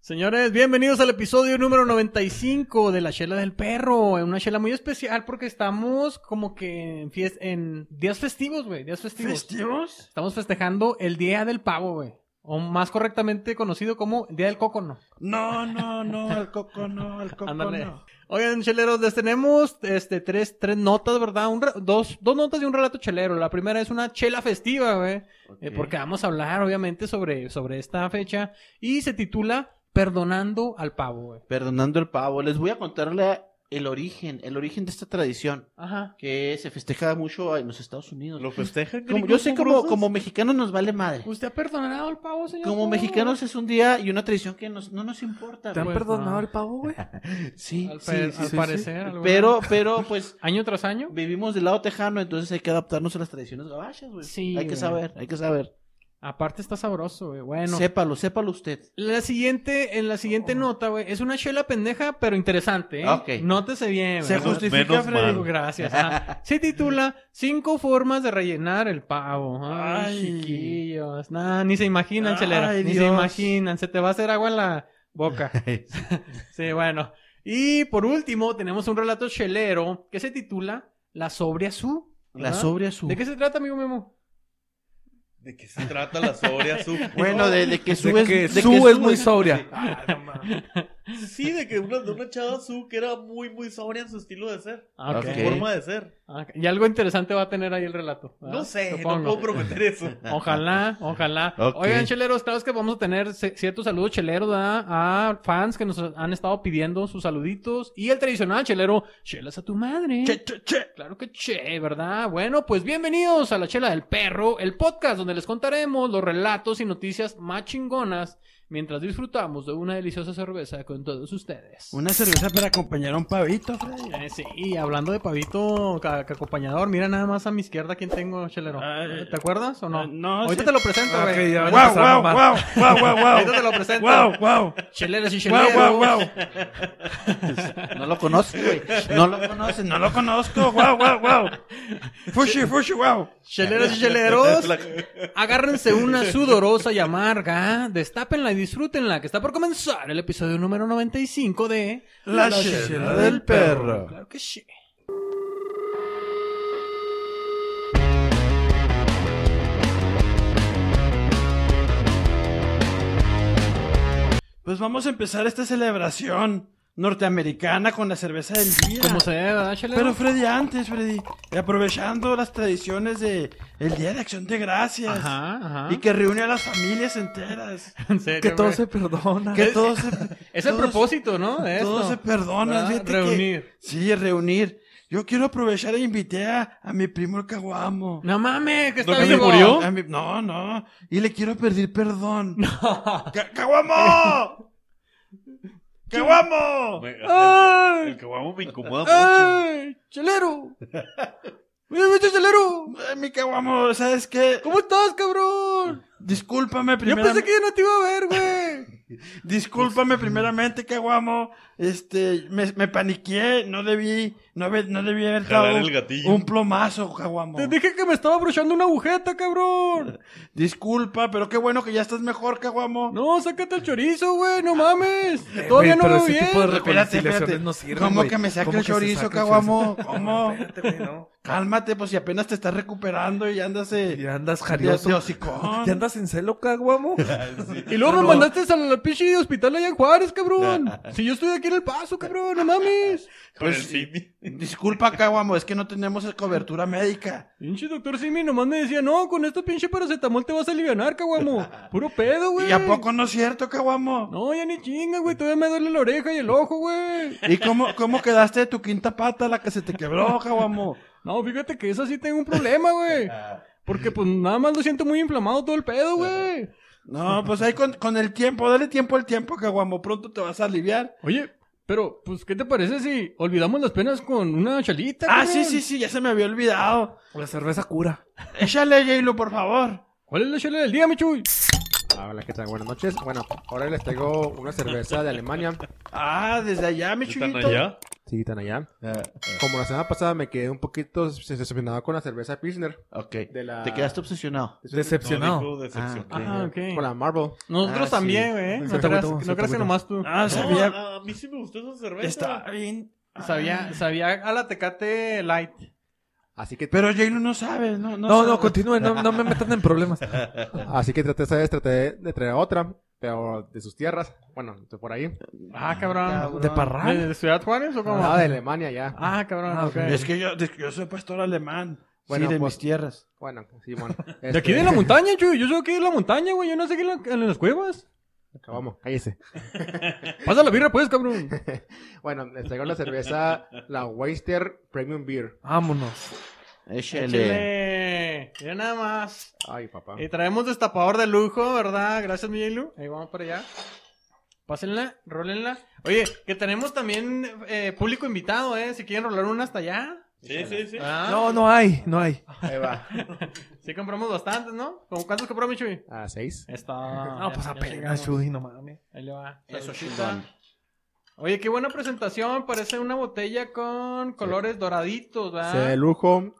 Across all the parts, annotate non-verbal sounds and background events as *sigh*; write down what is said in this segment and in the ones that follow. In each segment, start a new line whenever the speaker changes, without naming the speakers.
Señores, bienvenidos al episodio número 95 de La Chela del Perro. Una chela muy especial porque estamos como que en, fies- en días festivos, güey. Días festivos.
¿Festivos?
Estamos festejando el Día del Pavo, güey. O más correctamente conocido como el Día del Cocono.
No, no, no, al coco no, al coco
Ándale.
no.
Oigan, cheleros, les tenemos este, tres, tres notas, ¿verdad? Un re- dos, dos notas y un relato chelero. La primera es una chela festiva, güey. eh, porque vamos a hablar, obviamente, sobre, sobre esta fecha. Y se titula Perdonando al Pavo, güey.
Perdonando el pavo, les voy a contarle el origen, el origen de esta tradición
Ajá.
que se festeja mucho en los Estados Unidos.
¿Lo festejan?
Como- yo sé como, como mexicanos nos vale madre.
¿Usted ha perdonado al pavo, señor?
Como
Pavo?
mexicanos es un día y una tradición que nos- no nos importa.
¿Te han
güey.
perdonado el
pavo, güey?
Sí,
Al,
sí,
pa-
sí,
al
sí, sí.
parecer. alguna-
Pero, pero, pues,
¿Año tras año?
vivimos del lado tejano, entonces hay que adaptarnos a las tradiciones gabachas, güey.
Sí,
Hay que
güey.
saber, hay que saber.
Aparte está sabroso, güey. Bueno.
Sépalo, sépalo usted.
La siguiente, en la siguiente nota, güey, es una chela pendeja, pero interesante, ¿eh?
Oh. Ok.
Nótese bien,
Se
güey.
justifica,
menos
Freddy.
mal.
Gracias. ajá. Se titula Cinco formas de rellenar el pavo. Ay,
Ay.
chiquillos. Nah, ni se imaginan, chelera.
Ay,
Ni se
Dios.
imaginan. Se te va a hacer agua en la
*laughs*
boca. Sí, bueno. Y por último, tenemos un relato chelero que se titula La sobria su.
La
¿verdad?
sobria su.
¿De qué se trata, amigo Memo?
¿De qué se trata la sobria su?
Bueno, de, de que su es, de que
su es
su
muy
es-
sobria.
Sí, de que una, de una chava su que era muy, *laughs* muy sobria en su estilo de ser.
Ah, ok.
Ok.
Su forma de ser.
Ah, ok. Y algo interesante va a tener ahí el relato. ¿verdad?
No sé,
Supongo.
no puedo prometer eso.
Ojalá, ojalá.
Ok.
Oigan, cheleros, claro es que vamos a tener c- ciertos saludos cheleros ¿verdad? a fans que nos han estado pidiendo sus saluditos. Y el tradicional chelero, chelas a tu madre.
Che, che, che.
Claro que che, ¿verdad? Bueno, pues bienvenidos a La Chela del Perro, el podcast donde les contaremos los relatos y noticias más chingonas mientras disfrutamos de una deliciosa cerveza con todos ustedes.
Una cerveza para acompañar a un pavito, Freddy.
Eh, sí, y hablando de pavito ca- ca- acompañador, mira nada más a mi izquierda quién tengo, chelero.
Ay.
¿Te acuerdas o no?
Ah, no,
Ahorita
sí.
te lo presento,
Ah,
güey.
ok, ya
Ahorita-
van a empezar a mamar.
Ahorita te lo presento.
Guau, guau.
Cheleros y
Guau,
cheleros.
guau, guau.
No lo conoce, güey. No lo conoce,
No
no
lo conozco. Guau, guau, guau. Fushi, fushi, guau.
Cheleros
*laughs*
y cheleros. Agárrense una sudorosa y amarga. Destápenla y disfrútenla, que está por comenzar el episodio número 95 de
La
chela
chela
del
del
perro.
perro.
Claro que sí.
Pues vamos a empezar esta celebración norteamericana con la cerveza del día.
Como se ve, ¿verdad, chelero?
Pero Freddy, antes, Freddy, aprovechando las tradiciones de el Día de Acción de Gracias.
Ajá, ajá.
Y que reúne a las familias enteras.
En serio,
Que
güey.
todos se perdonan. Que todos se... *laughs*
Es el
todos-
propóito, ¿no? De
Todos
esto.
se perdonan,
¿Verdad?
fíjate que-
Reunir.
Sí, reunir. Yo quiero aprovechar e invité a, a mi primo el caguamo.
No mames, que
¿No
está
que se
vivo.
murió?
A mi- no, no. Y le quiero pedir
*laughs*
perdón. ¡Ca- ¡Caguamo! ¡Caguamo!
*laughs* Me-
Ay.
El caguamo me incomoda mucho.
¡Ey! ¡Chelero! ¡Mira, vete, chelero!
Ay, Mi caguamo, ¿sabes qué?
¿Cómo estás, cabrón?
Discúlpame
Yo
primeramente.
pensé que ya no te iba a ver,
*laughs*
güey.
Discúlpame primeramente, caguamo. Este, me, me paniqué, no debí, no, debí- no debí haber
Jalar
dado
el gatillo.
un plomazo, caguamo.
Te dije que me estaba brochando una agujeta, cabrón.
Disculpa, pero qué bueno que ya estás mejor, caguamo.
No, sácate el chorizo, güey, no mames.
Eh,
Todavía no veo bien.
Espérate, espérate. ¿Cómo que me saca el chorizo, caguamo? ¿Cómo? Cálmate, pues si apenas te estás recuperando y andas eh,
Ya andas
de, de
*laughs*
jarioso.
hocicón.
Ya andas en celo, caguamo.
Y luego me mandaste al pinche hospital allá en Juárez,
*laughs*
cabrón. Si yo estoy aquí en El Paso, cabrón, no mames.
Con el
Pues-
Simi.
Disculpa, caguamo, es que no tenemos cobertura médica.
Pinche doctor Simi nomás me decía, no, con esta pinche paracetamol te vas a aliviar, caguamo. Puro pedo, güey.
*laughs* ¿Y a poco no es cierto, caguamo?
No, ya ni chinga, güey. Todavía me duele la oreja y el ojo, güey.
¿Y cómo, cómo quedaste de tu quinta pata, la que se te quebró, caguamo?
No, fíjate que esa sí tengo un problema,
*laughs*
güey. Porque pues nada más lo siento muy inflamado todo el pedo, güey.
No, pues ahí con, con el tiempo, dale tiempo al tiempo, caguamo, pronto te vas a aliviar.
Oye, pero pues, ¿qué te parece si olvidamos las penas con una chalita?
Ah,
cabrón?
sí, sí, sí, ya se me había olvidado.
La cerveza cura.
Échale, Jaylo, por favor.
¿Cuál es la chela del día, mi chuy?
Ah, hola, ¿qué tal? Buenas noches. Bueno, ahora les traigo una cerveza de Alemania.
Ah, desde allá, mi
¿Están
chuyito.
allá?
Sí, tan allá.
Ah,
Como la semana pasada me quedé un poquito decepcionado con la cerveza Pilsner.
ok.
De la...
Te quedaste obsesionado.
No,
Decepcionado.
dijo decepción.
Ah,
Ah, ok.
Con la Marvel.
Nosotros
Ah, sí.
también, güey. No,
Exacto,
creas,
güey,
no creas que
exacto,
nomás tú.
Ah,
No,
sabía.
a, a mí sí me gustó esa cerveza.
Está bien.
Sabía, sabía a la Tecate Light.
Así que,
Pero Jane no sabe, no, no.
No,
sabe.
no, continúe, no, no me metan en *laughs* problemas.
así que traté esa vez, traté de traer otra, pero de sus tierras. Bueno, de por ahí.
Ah, cabrón.
¿De parral?
¿De, de Ciudad Juárez o cómo?
Ah, de Alemania ya.
Ah, cabrón,
Ah,
ok.
Es que yo, es que yo soy pastor alemán.
Bueno,
sí, de
pues-
mis tierras.
Bueno, sí, bueno. Este,
De aquí de la montaña, chuy. Yo soy aquí de la montaña, güey. Yo no sé qué en, la- en las cuevas.
Acabamos, cállese.
Pasa la birra, pues, cabrón.
Bueno, les traigo la cerveza, la Weister Premium Beer.
Vámonos.
Échale.
Chile. Mira nada más.
Ay, papá.
Y Eh, traemos destapador de lujo, ¿verdad? Gracias, Miguelu. Ahí vamos para allá. Pásenla, rólenla. Oye, que tenemos también eh, público invitado, ¿eh? Si quieren rolar una hasta allá.
Sí, sí, sí.
Ah,
No, no hay, no hay.
Ahí va.
Sí compramos bastantes, ¿no? ¿Con cuántos compramos, Chuy?
*laughs* A seis.
Está.
No, pues apenas, Chuy, no mames.
Ahí le va.
Eso,
Saludcita.
chingón.
Oye, qué buena presentación. Parece una botella con colores doraditos, ¿verdad?
Se de lujo.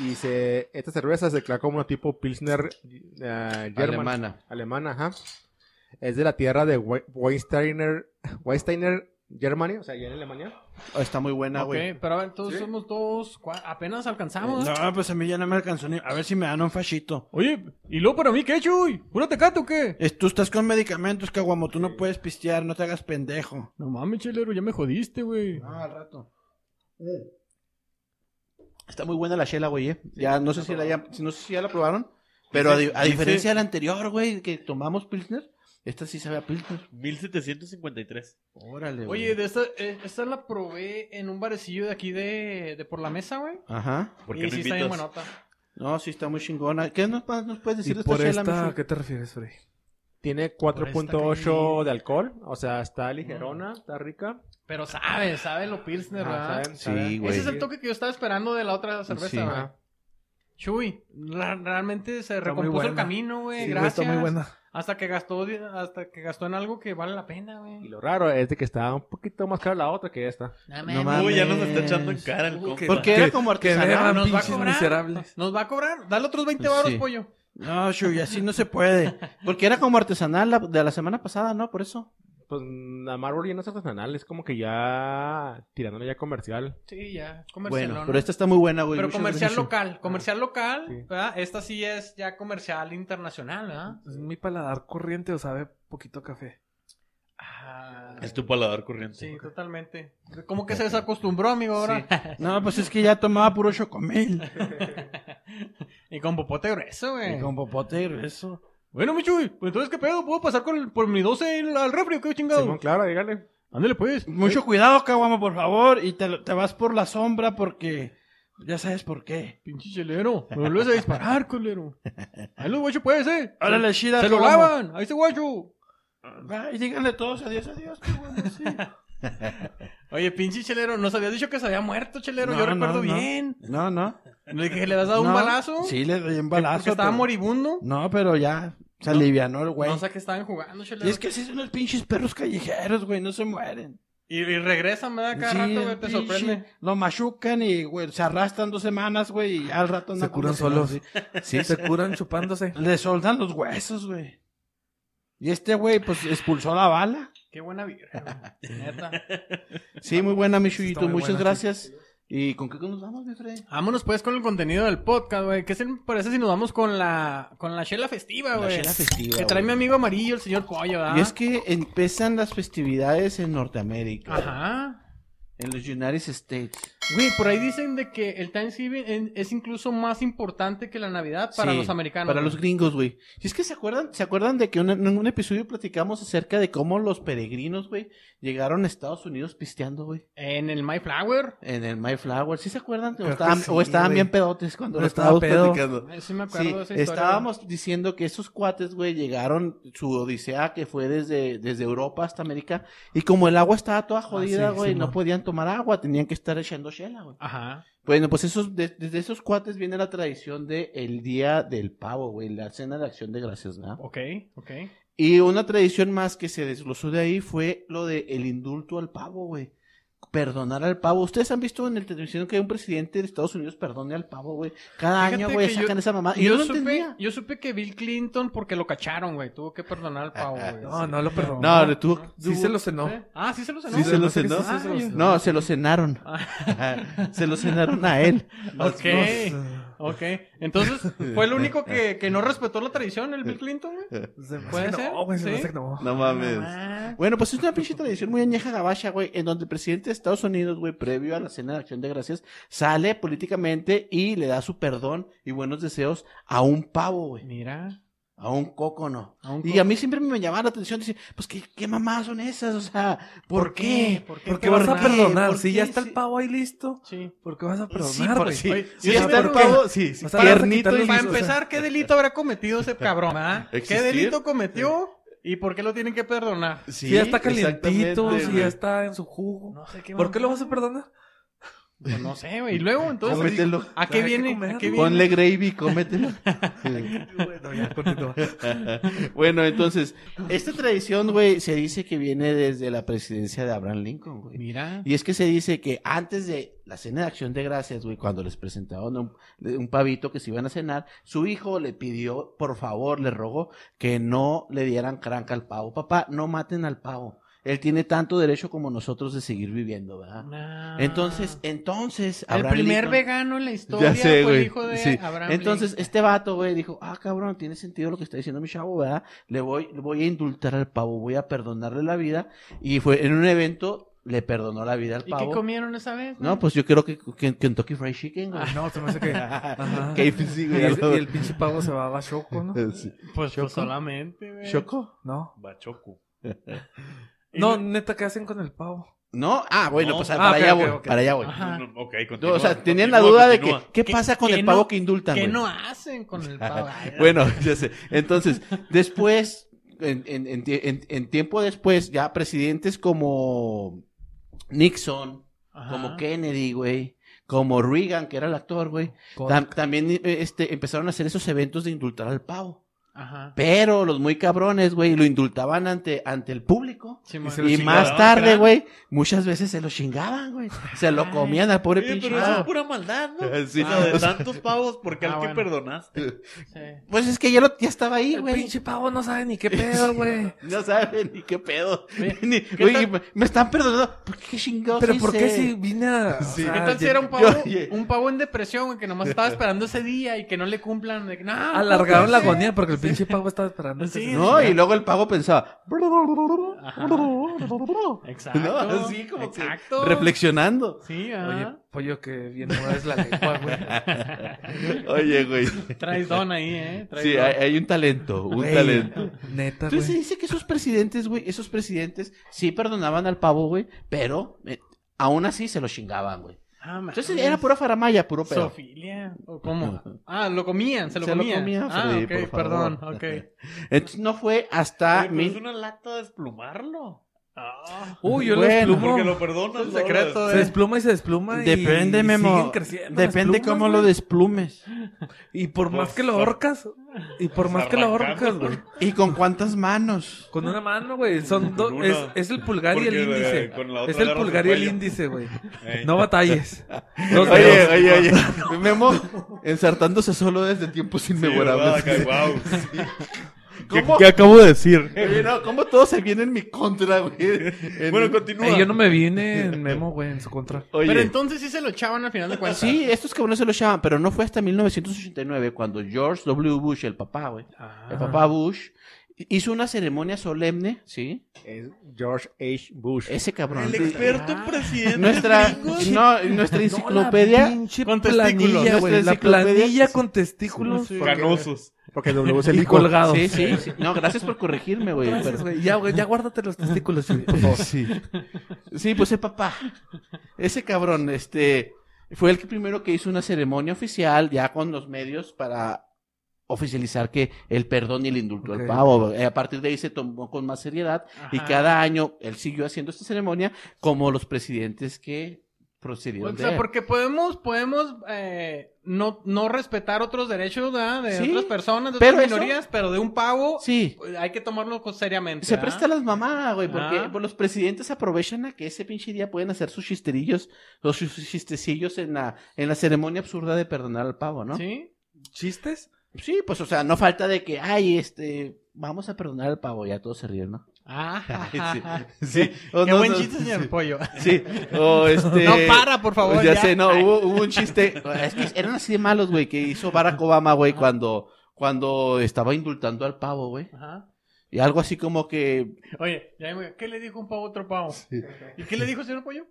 Y se, esta cerveza se declara como una tipo Pilsner eh, German.
Alemana.
Alemana, ajá. Es de la tierra de We- Weissteiner, Weissteiner, Germany, o sea, ya en Alemania.
Oh, está muy buena,
Ok,
güey.
pero a ver, todos
¿Sí?
somos dos. cua- Apenas alcanzamos.
No, pues a mí ya no me alcanzó ni. A ver si me dan un fachito.
Oye, ¿y luego para mí qué, Chuy? ¿Puro tecate o qué?
Es- Tú estás con medicamentos, Caguamo. Tú no puedes pistear, no te hagas pendejo.
No mames, chelero, ya me jodiste, güey.
Ah,
No, al rato.
Eh.
Está muy buena la chela, güey. eh. Ya no sé si la hayan- si no sé si ya la probaron, pero a, di- a
dice-
diferencia de la anterior, güey, que tomamos Pilsner, esta sí sabe a Pilsner.
1753.
Órale, güey.
Oye, de esta, eh, esta la probé en un barecillo de aquí de, de por la mesa, güey.
Ajá.
¿Por
y
qué me
sí está bien
invitas?
buenota.
No, sí está muy chingona. ¿Qué nos, pa- nos puedes decir
¿Y
de esta
por
chela,
esta a
Michu?
qué te refieres, Freddy?
Tiene 4.8 de alcohol, o sea, está ligerona, está rica.
Pero sabe, sabe lo Pilsner,
Mm. Ajá,
¿verdad?
saben,
Sí,
saben.
güey.
Ese es el toque que yo estaba esperando de la otra cerveza,
Sí.
güey.
Ajá.
Chuy, la- realmente se
muy
recompuso el
buena.
camino, güey.
Sí, güey,
gracias.
está muy buena.
Hasta que gastó, hasta que gastó en algo que vale la pena,
Y
güey.
lo raro es de que está un poquito más cara la otra que esta.
No
Ah,
Uy, ya nos
mames.
está echando en cara el compa.
Porque
Que-
era como
Que
artesanal.
vean
nos va a
pinches
cobrar.
miserables.
Nos va a cobrar. Dale otros 20 baros,
Sí.
pollo.
No, Shuy, así no se puede.
Porque era como artesanal la- de la semana pasada, ¿no? Por eso.
Pues la Marvel ya no es artesanal, es como que ya tirándole ya comercial.
Sí, ya. Comercial.
Bueno, pero esta está muy buena,
Pues
güey.
Pero
Muchas
comercial
gracias.
Ah,
local. Comercial local,
Sí.
¿verdad? Esta sí es ya comercial internacional, ¿verdad?
Es mi paladar corriente o sabe poquito a café.
Ah,
Es tu paladar corriente.
sí, totalmente. Como que se desacostumbró, amigo, ahora.
No, pues es que ya tomaba puro chocomil.
*laughs*
*laughs* y con popote grueso, güey.
Y con popote y grueso.
Bueno, Michuy, pues entonces, ¿qué pedo? ¿Puedo pasar con el- por mi 12 al- al refri o qué chingado?
Simón, claro, dígale.
Ándale, pues.
Mucho
Eh.
cuidado, Caguamo, por favor. Y te, te vas por la sombra porque ya sabes por qué.
Pinche chelero, me vuelves a disparar, *laughs* colero. Ahí los guachos puedes, eh.
Órale, chida,
se lo
Caguamo.
lavan, ahí se guacho.
Ay, díganle todos adiós, adiós, Caguamo,
*laughs*
sí.
Oye, pinche chelero, nos habías dicho que se había muerto, chelero.
No,
Yo
no,
recuerdo
no.
bien.
No, no.
Le dije, ¿le has dado un
No,
balazo?
Sí, le doy un
Porque
balazo.
estaba
pero-
moribundo.
No, pero ya se alivianó el güey.
No sé qué estaban jugando, chelero.
y es que así son los pinches perros callejeros, güey, no se mueren.
Y, y regresan, ¿verdad? Cada
Sí,
rato,
el
güey, te
pinche-
sorprende.
Lo machucan y, güey, se arrastran dos semanas, güey, y al rato
Se
andan
curan
como si
solos.
nada,
Sí, se curan chupándose.
así. Le soldan los huesos, güey. Y este güey, pues, expulsó la bala.
Qué buena vibra, güey. Neta.
Sí, muy buena,
Está
Michuyito.
muy
Muchas
buena,
gracias. ¿Y con qué nos vamos, mi Fred?
Vámonos pues con el contenido del podcast, güey. ¿Qué se les parece si nos vamos con la con la chela festiva, güey?
chela festiva,
Que trae
güey.
mi amigo amarillo, el señor Pollo, ¿verdad?
Y es que empiezan las festividades en Norteamérica.
Ajá.
En los United States.
Güey, por ahí dicen de que el Thanksgiving en- es incluso más importante que la Navidad para
Sí,
los americanos.
Para
güey.
los gringos, güey. Si es que se acuerdan, ¿se acuerdan de que una- en un episodio platicamos acerca de cómo los peregrinos, güey, llegaron a Estados Unidos pisteando, güey?
En el My Flower.
En el My Flower. ¿Sí se acuerdan? O
Creo que
estaban,
sí,
o estaban
güey.
bien pedotes cuando
Yo
lo
estaba
estábamos
pedo.
platicando.
Sí, me acuerdo
Sí,
de esa historia.
estábamos diciendo que esos cuates, güey, llegaron su odisea que fue desde, desde Europa hasta América y como el agua estaba toda jodida,
Ah, sí,
güey, no
Simón.
podían tomar agua, tenían que estar echando chela, güey.
Ajá.
Bueno, pues esos, de- desde esos cuates viene la tradición de el día del pavo, güey, la cena de acción de gracias, ¿verdad?
Ok, ok.
Y una tradición más que se desglosó de ahí fue lo de el indulto al pavo, güey. perdonar al pavo. Ustedes han visto en el televisión que un presidente de Estados Unidos perdone al pavo, güey. Cada
Fíjate
año, güey,
que
sacan
yo-
esa
Ah,
mamada. Y yo,
yo,
no
supe,
entendía.
yo supe que Bill Clinton, porque lo cacharon, güey, tuvo que perdonar al pavo, güey.
No, no lo perdonó.
No, le tuvo-
Sí se lo cenó.
¿Eh? Ah, sí se lo cenó. Ah,
Sí se lo
Sí, sí,
cenó.
sí, se lo cenó.
No, se lo cenaron. *laughs* se lo cenaron a él.
Ok, ok. Entonces, fue el único que, que no respetó la tradición, el Bill Clinton, güey.
*laughs* Se me
¿Puede
hace que
ser?
No, güey, se me
¿Sí?
hace que no.
No mames. Bueno, pues es una pinche tradición muy añeja gabacha, güey, en donde el presidente de Estados Unidos, güey, previo a la cena de acción de gracias, sale políticamente y le da su perdón y buenos deseos a un pavo, güey,
Mira.
a un cócono.
a un
Y a mí siempre me llamaba la atención, dice, pues qué, qué mamadas son esas, o sea, ¿por,
¿Por
qué?
qué? ¿Por qué
¿Por qué vas a
qué?
perdonar?
¿Por
Si
qué?
ya está el
Sí.
pavo ahí listo,
Sí.
¿por qué vas a
Sí, por-
perdonar, güey?
sí.
Oye,
Sí,
yo
está el
siempre-
pavo, sí, sí,
O sea,
tiernito
vas a
y
quitarle
Para
Sí, o sea-
empezar, ¿qué
*laughs*
delito habrá cometido ese cabrón? ah? ¿Qué
¿Existir?
delito cometió y por qué lo tienen que perdonar?
Sí,
Si ya está calientito,
exactamente,
si
güey.
ya está en su jugo.
No sé qué.
¿Por qué lo vas a perdonar?
Pues no sé, güey. Y luego, entonces.
"Ah, Cómetelo.
¿A qué
Hay que
viene?
comer,
¿A "Ah, qué
¿no?
viene?
Ponle gravy, cómetelo.
Bueno, ya, continúa.
*laughs* bueno, entonces, esta tradición, güey, se dice que viene desde la presidencia de Abraham Lincoln, güey.
Mira.
Y es que se dice que antes de la cena de acción de gracias, güey, cuando les presentaban un, un pavito que se iban a cenar, su hijo le pidió, por favor, le rogó que no le dieran cranca al pavo. Papá, no maten al pavo. Él tiene tanto derecho como nosotros de seguir viviendo, ¿verdad?
Nah. Ah.
Entonces, entonces,
El
Abraham
primer
Lincoln-
vegano en la historia
Ya sé,
fue el
güey.
hijo de
Sí.
Abraham.
Entonces,
Lincoln.
este vato, güey, dijo, ah, cabrón, tiene sentido lo que está diciendo mi chavo, ¿verdad? Le voy, le voy a indultar al pavo, voy a perdonarle la vida. Y fue en un evento, le perdonó la vida al
¿Y qué
pavo.
comieron esa vez? güey?
no, pues yo creo que, que- Kentucky Fried Chicken, güey.
Ay, No, se me hace que. Ah. Ajá.
KFC,
Y
güey.
el, y el pinche pavo se va a Choco, ¿no?
Sí.
Pues, pues solamente, güey.
¿Choco?
No.
Bachoco.
No, neta, ¿qué hacen con el pavo?
No, ah, bueno,
No.
pues
Ah,
para
ok,
allá,
ok,
güey.
ok.
Para allá, güey.
Ajá.
No, ok,
No,
continúa,
o sea, tenían la
continúa,
duda de que,
continúa.
¿qué
¿Qué-
pasa con
qué
el
no-
pavo que indultan,
¿Qué
güey?
no hacen con el pavo? Ay,
Bueno, *laughs* ya sé. Entonces, después, en, en- en tie- en- en tiempo después, ya presidentes como Nixon,
ajá.
como Kennedy, güey, como Reagan, que era el actor, güey,
Con-
tam- también eh, este, empezaron a hacer esos eventos de indultar al pavo.
Ajá.
Pero los muy cabrones, güey, lo indultaban ante, ante el público.
Simón.
se lo
Y
chingaban,
más tarde,
¿verdad?
güey, muchas veces se lo chingaban, güey. Se lo comían al pobre
Oye,
pinche.
pero eso es
pavo. Ah, pues,
pura maldad, *laughs* ¿no?
Sí.
O sea, de tantos pavos, porque
Ah,
al que
bueno.
perdonaste.
Sí.
Pues es que ya, lo, ya estaba ahí,
El
güey.
pinche pavo no sabe ni
*laughs*
qué pedo, güey.
No saben ni qué pedo. *laughs*
Oye,
Ni-
¿qué
oye,
tal-
me- me están perdonando. ¿Por qué chingados?
Pero ¿por qué
hice?
si vine a.? o sea,
¿Qué tal si
ya-
era un pavo,
oye.
un pavo en depresión, güey, que nomás estaba esperando ese día y que no le cumplan? de que, no,
Alargaron la
no,
agonía pues, porque el pinche pavo estaba esperando. que
Sí,
se-
No, y luego el pavo pensaba.
Ajá. Exacto.
No, así como que
Exacto.
*laughs* Reflexionando.
Sí,
Oye,
ah.
pollo, que bien mueves la lengua, güey.
*laughs* Oye, güey.
Traes don ahí, ¿eh? Traes
Sí,
don.
hay, hay un talento, un
Güey,
talento.
Neta,
Entonces se
güey.
dice que esos presidentes, güey, esos presidentes sí perdonaban al pavo, güey, pero eh, aún así se lo chingaban, güey.
Ah, mames.
Entonces era pura faramaya, puro pedo.
Sofilia. ¿O cómo? Ah, lo comían, se lo
Se lo
comían.
comían,
ah,
Freddy,
ok,
por
perdón,
favor.
ok.
Entonces no fue hasta
Oye, pero
mil-
es una lata de desplumarlo.
Ah,
Uy, yo lo
Bueno,
desplumo.
Porque lo perdonas.
Es
¿no?
secreto,
Se
eh.
despluma y se despluma. y-
Depende,
y
Memo.
siguen creciendo las
Depende
plumas,
cómo lo
güey.
desplumes.
Y por más que lo
Pues,
ahorcas. Y por
pues,
más que lo ahorcas,
arrancamos,
güey.
¿Y con cuántas manos?
*laughs*
Con una mano, güey. Son dos.
Con una.
Es, es el pulgar y el
Porque, eh,
índice.
con la otra
Es el
agarras
pulgar y
el
el
cuello.
índice, güey.
Ey.
No batalles.
*laughs*
Dos
Oye,
dedos.
oye, *laughs* oye. Memo ensartándose solo desde tiempos
Sí, ¿verdad?
inmemorables.
Acá, guau. ¿Qué,
¿Cómo?
qué acabo de decir?
Oye, no, ¿cómo todos se vienen en mi contra, güey? En-
Bueno, continúa.
Eh, yo no me vine en Memo, güey, en su contra.
Oye.
Pero entonces sí se lo echaban al final de cuentas.
Sí, estos cabrones se lo llaman, pero no fue hasta 1989 cuando George W. Bush, el papá, güey,
Ah,
el papá Bush, hizo una ceremonia solemne, ¿sí?
Es George H. Bush.
Ese cabrón.
El experto en
Ah.
presidente.
Nuestra, no, nuestra
No, la
enciclopedia.
pinche
con testículos.
planilla, güey.
Nuestra
La planilla
enciclopedia-
con testículos
Sí, sí.
Canosos.
Porque W es el
y
hijo.
colgados.
Sí, sí, sí. No, gracias por corregirme, güey.
Gracias,
pero-
güey. Ya, güey, ya guárdate los testículos, *laughs* güey, por favor.
Sí. Sí, pues el papá. Ese cabrón, este, fue el que primero que hizo una ceremonia oficial ya con los medios para oficializar que el perdón y el indulto al
Ok.
pavo. Eh, A partir de ahí se tomó con más seriedad y
Ajá.
cada año él siguió haciendo esta ceremonia como los presidentes que procedieron
O sea,
de él.
porque podemos, podemos eh, no, no respetar otros derechos ¿verdad? de
Sí,
otras personas, de
pero
otras
eso-
minorías, pero de un pavo
Sí.
pues, hay que tomarlo con- seriamente.
Se
¿verdad?
presta las mamadas, güey, porque
Ah.
pues, los presidentes aprovechan a que ese pinche día pueden hacer sus chisterillos o sus chistecillos en la, en la ceremonia absurda de perdonar al pavo, ¿no? Sí.
¿Sí?
¿Chistes?
pues, o sea, no falta de que, ay, este, vamos a perdonar al pavo, ya todos se ríen, ¿no?
Ah,
Ay,
ja, ja,
sí.
ja.
Sí. *laughs* O
Qué
no,
buen
no,
chiste, señor
sí.
Pollo.
Sí, o este...
*laughs* No para, por favor.
Pues ya,
ya.
sé, no, hubo, hubo un *laughs* chiste. Es que eran así de malos, güey, que hizo Barack Obama, güey, cuando, cuando estaba indultando al pavo, güey.
Ajá.
Y algo así como que.
Oye, ya me- ¿qué le dijo un pavo a otro pavo? ¿Y qué le dijo el señor Pollo?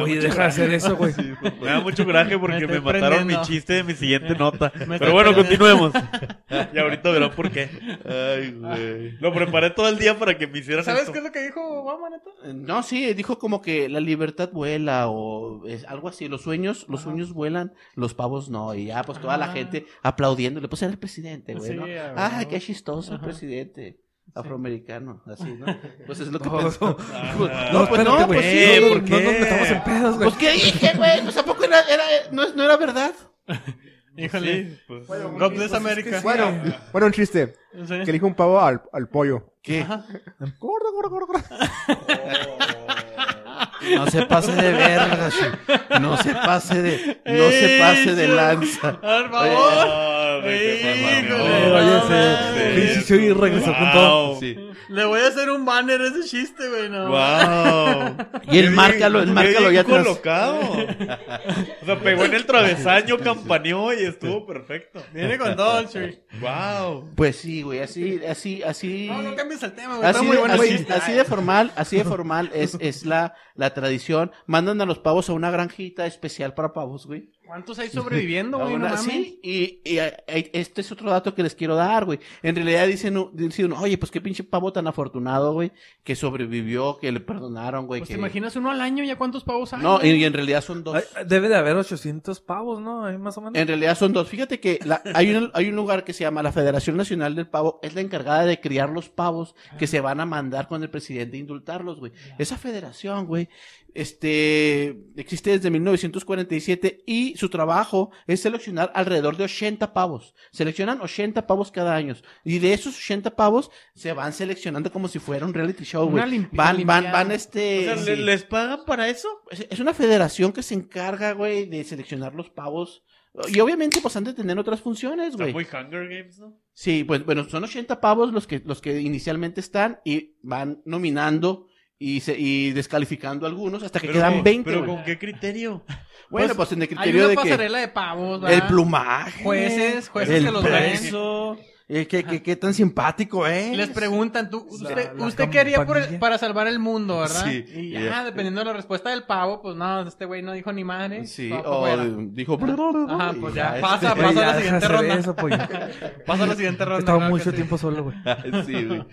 Oye, deja de hacer eso, *laughs* güey.
pues, Me da mucho coraje porque
estoy
me mataron mi
prendiendo.
chiste de mi siguiente
Me
nota.
estoy
Pero bueno,
prendiendo.
continuemos. Y ahorita verán por qué.
Ay, güey.
Lo preparé todo el día para que me hicieran
¿Sabes
esto.
qué es lo que dijo Obama, neta?
No, sí, dijo como que la libertad vuela o es algo así. Los sueños, los sueños vuelan, los pavos no. Y ya, pues toda la
Ah.
gente aplaudiéndole. Pues era el presidente, güey,
Sí,
¿no?
a
Ay,
huevo.
qué chistoso el
Ajá.
presidente. Afroamericano, así,
*laughs*
¿no? Pues es lo que
Todos.
pensó.
Ah,
No, pues no, pues sí,
güey,
no,
¿por
no,
qué?
nos metamos en pedos, güey.
Pues qué dije, güey. Pues tampoco era, era- no, es- no era verdad.
Híjole.
Sí, pues.
God bless America.
Bueno, bueno, un chiste.
Sí.
Que le dijo un pavo al, al pollo.
¿Qué?
Gordo, gordo, gordo, gordo.
No se pase de verga, sí. No se pase de. No se pase de
Ey,
lanza.
Por favor.
Ah, vete,
Híjole,
por
no
favor.
Oye,
mames.
pinche Chuy regresó con todo.
Sí.
Le voy a hacer un banner a ese chiste, güey. No.
Wow.
Y el márcalo, el márcalo ya atrás.
colocado. O sea, pegó en el travesaño, campaneó y estuvo perfecto.
Viene con
*laughs*
todo, el Chuy.
Wow.
Pues sí, güey, así, así, así.
No, no cambies el tema, güey. Está
Así
muy
de,
bueno el
así-
chiste.
así de formal, así de formal es, es la, la tradición. Mandan a los pavos a una granjita especial para pavos, güey.
¿Cuántos hay sobreviviendo,
A
güey? No
una-
mames.
sí, y, y, eh, este es otro dato que les quiero dar, güey. En realidad dicen, u- dicen, oye, pues qué pinche pavo tan afortunado, güey, que sobrevivió, que le perdonaron, güey.
Pues
que...
te imaginas uno al año, ¿ya cuántos pavos hay?
No, y,
güey?
y en realidad son dos.
Ay, Debe de haber 800 pavos, ¿no? Ahí más o menos.
En realidad son dos. Fíjate que la- hay, un, hay un lugar que se llama la Federación Nacional del Pavo, es la encargada de criar los pavos que se van a mandar con el presidente e indultarlos, güey. Esa federación, güey, este, existe desde 1947 y su trabajo es seleccionar alrededor de 80 pavos. Seleccionan 80 pavos cada año. Y de esos 80 pavos se van seleccionando como si fuera un reality show,
Una
güey.
limpi-
Van, van,
limpiada.
van,
O
este...
sea, ¿le-
sí.
¿les pagan para eso?
Es es una federación que se encarga, güey, de seleccionar los pavos. Y obviamente, pues han de tener otras funciones,
Está
güey.
muy Hunger Games, ¿no?
Sí, pues bueno, son 80 pavos los que, los que inicialmente están y van nominando y, se, y descalificando algunos hasta que quedan
con-
20.
pero
güey.
¿con
*laughs*
qué criterio?
bueno, pues en
Hay
el criterio
una
de que
pasarela de pavos, ¿verdad?
el plumaje,
Jueces, jueces
el
que los ven.
peso, eh, que, que- qué tan simpático es.
Les preguntan, ¿tú,
La-
¿usted,
la
usted qué haría por el-
campanilla.
para salvar el mundo, verdad?
Sí,
Y
y este
ajá,
ya.
dependiendo de la respuesta del pavo, pues no, este güey no dijo ni madre.
Sí,
va pa'
o
fuera.
Oh, dijo.
Ajá,
y
pues ya,
este-
pasa,
Oye,
pasa a la
ya deja de
siguiente
hacer
ronda.
eso, pollo.
Pasa a la siguiente ronda.
Estaba
claro
mucho
que sí.
tiempo solo, güey.
*laughs* sí, güey.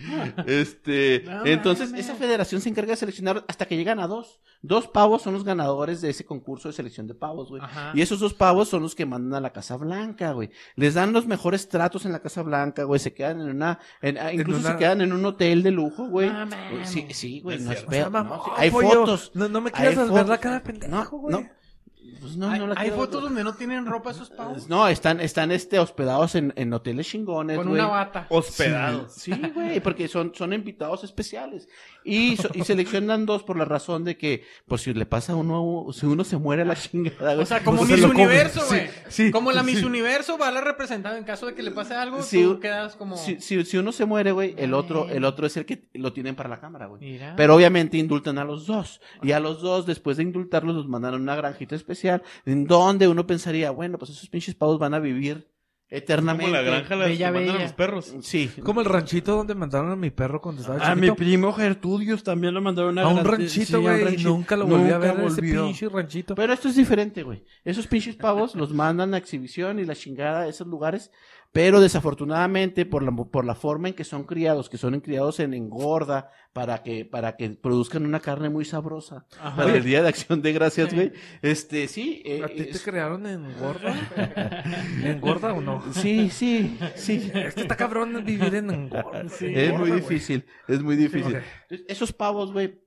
Este,
No
entonces
mames.
esa federación se encarga de seleccionar hasta que llegan a dos. Dos pavos son los ganadores de ese concurso de selección de pavos, güey.
Ajá.
Y esos dos pavos son los que mandan a la Casa Blanca, güey. Les dan los mejores tratos en la Casa Blanca, güey. Se quedan en una, en- ah, incluso
una-
se quedan en un hotel de lujo, güey.
Ah,
No mames.
pues, sí, sí, güey,
Es
no es
cierto.
pedo,
Mamá,
no, sí,
oh,
Hay
pollo,
fotos.
No, no me
Hay
quieras ver la
fotos.
cara, pendejo,
No,
güey.
no. Pues no,
hay
no la
hay
quiero-
fotos donde no tienen ropa esos pavos.
Pues No, están, están este, hospedados en, en hoteles chingones,
con
güey.
una bata.
Hospedados.
Sí, güey, porque son, son invitados especiales. Y, so- y seleccionan dos por la razón de que, pues si le pasa a uno, si uno se muere a la chingada, güey.
O sea, como
pues,
Miss
se lo come.
Universo, güey.
sí,
como la Miss
sí.
Universo va a la representada en caso de que le pase algo,
Sí,
tú
u-
quedas como...
Si, si, si uno se muere, güey, el otro, el otro es el que lo tienen para la cámara, güey.
Mira.
Pero obviamente indultan a los dos. Y a los dos, después de indultarlos, los mandan a una granjita especial, en donde uno pensaría, bueno, pues esos pinches pavos van a vivir
Como
eternamente.
la granja a las
Bella,
que mandan
bella.
a los perros.
Sí.
Como el ranchito donde mandaron a mi perro cuando estaba
A Ah, mi
Ah, chiquito.
primo Gertudius también lo mandaron
A un
gran- sí, a
ranchito,
un
güey. y
ranchito.
nunca lo volví a
Nunca
ver ese
volvió.
pinche ranchito.
Pero esto es diferente, güey. Esos pinches pavos los mandan a exhibición y la chingada a esos lugares. Pero desafortunadamente, por la, por la forma en que son criados, que son criados en engorda, para que, para que produzcan una carne muy sabrosa. Para el Día de Acción de Gracias, güey. Este, sí. eh,
¿A ti te
es-
crearon en gorda? ¿En gorda o no?
sí, sí,
*laughs*
sí.
Es que está cabrón vivir en engorda.
Es muy difícil, es muy difícil.
Ok.
Entonces, Esos pavos, güey,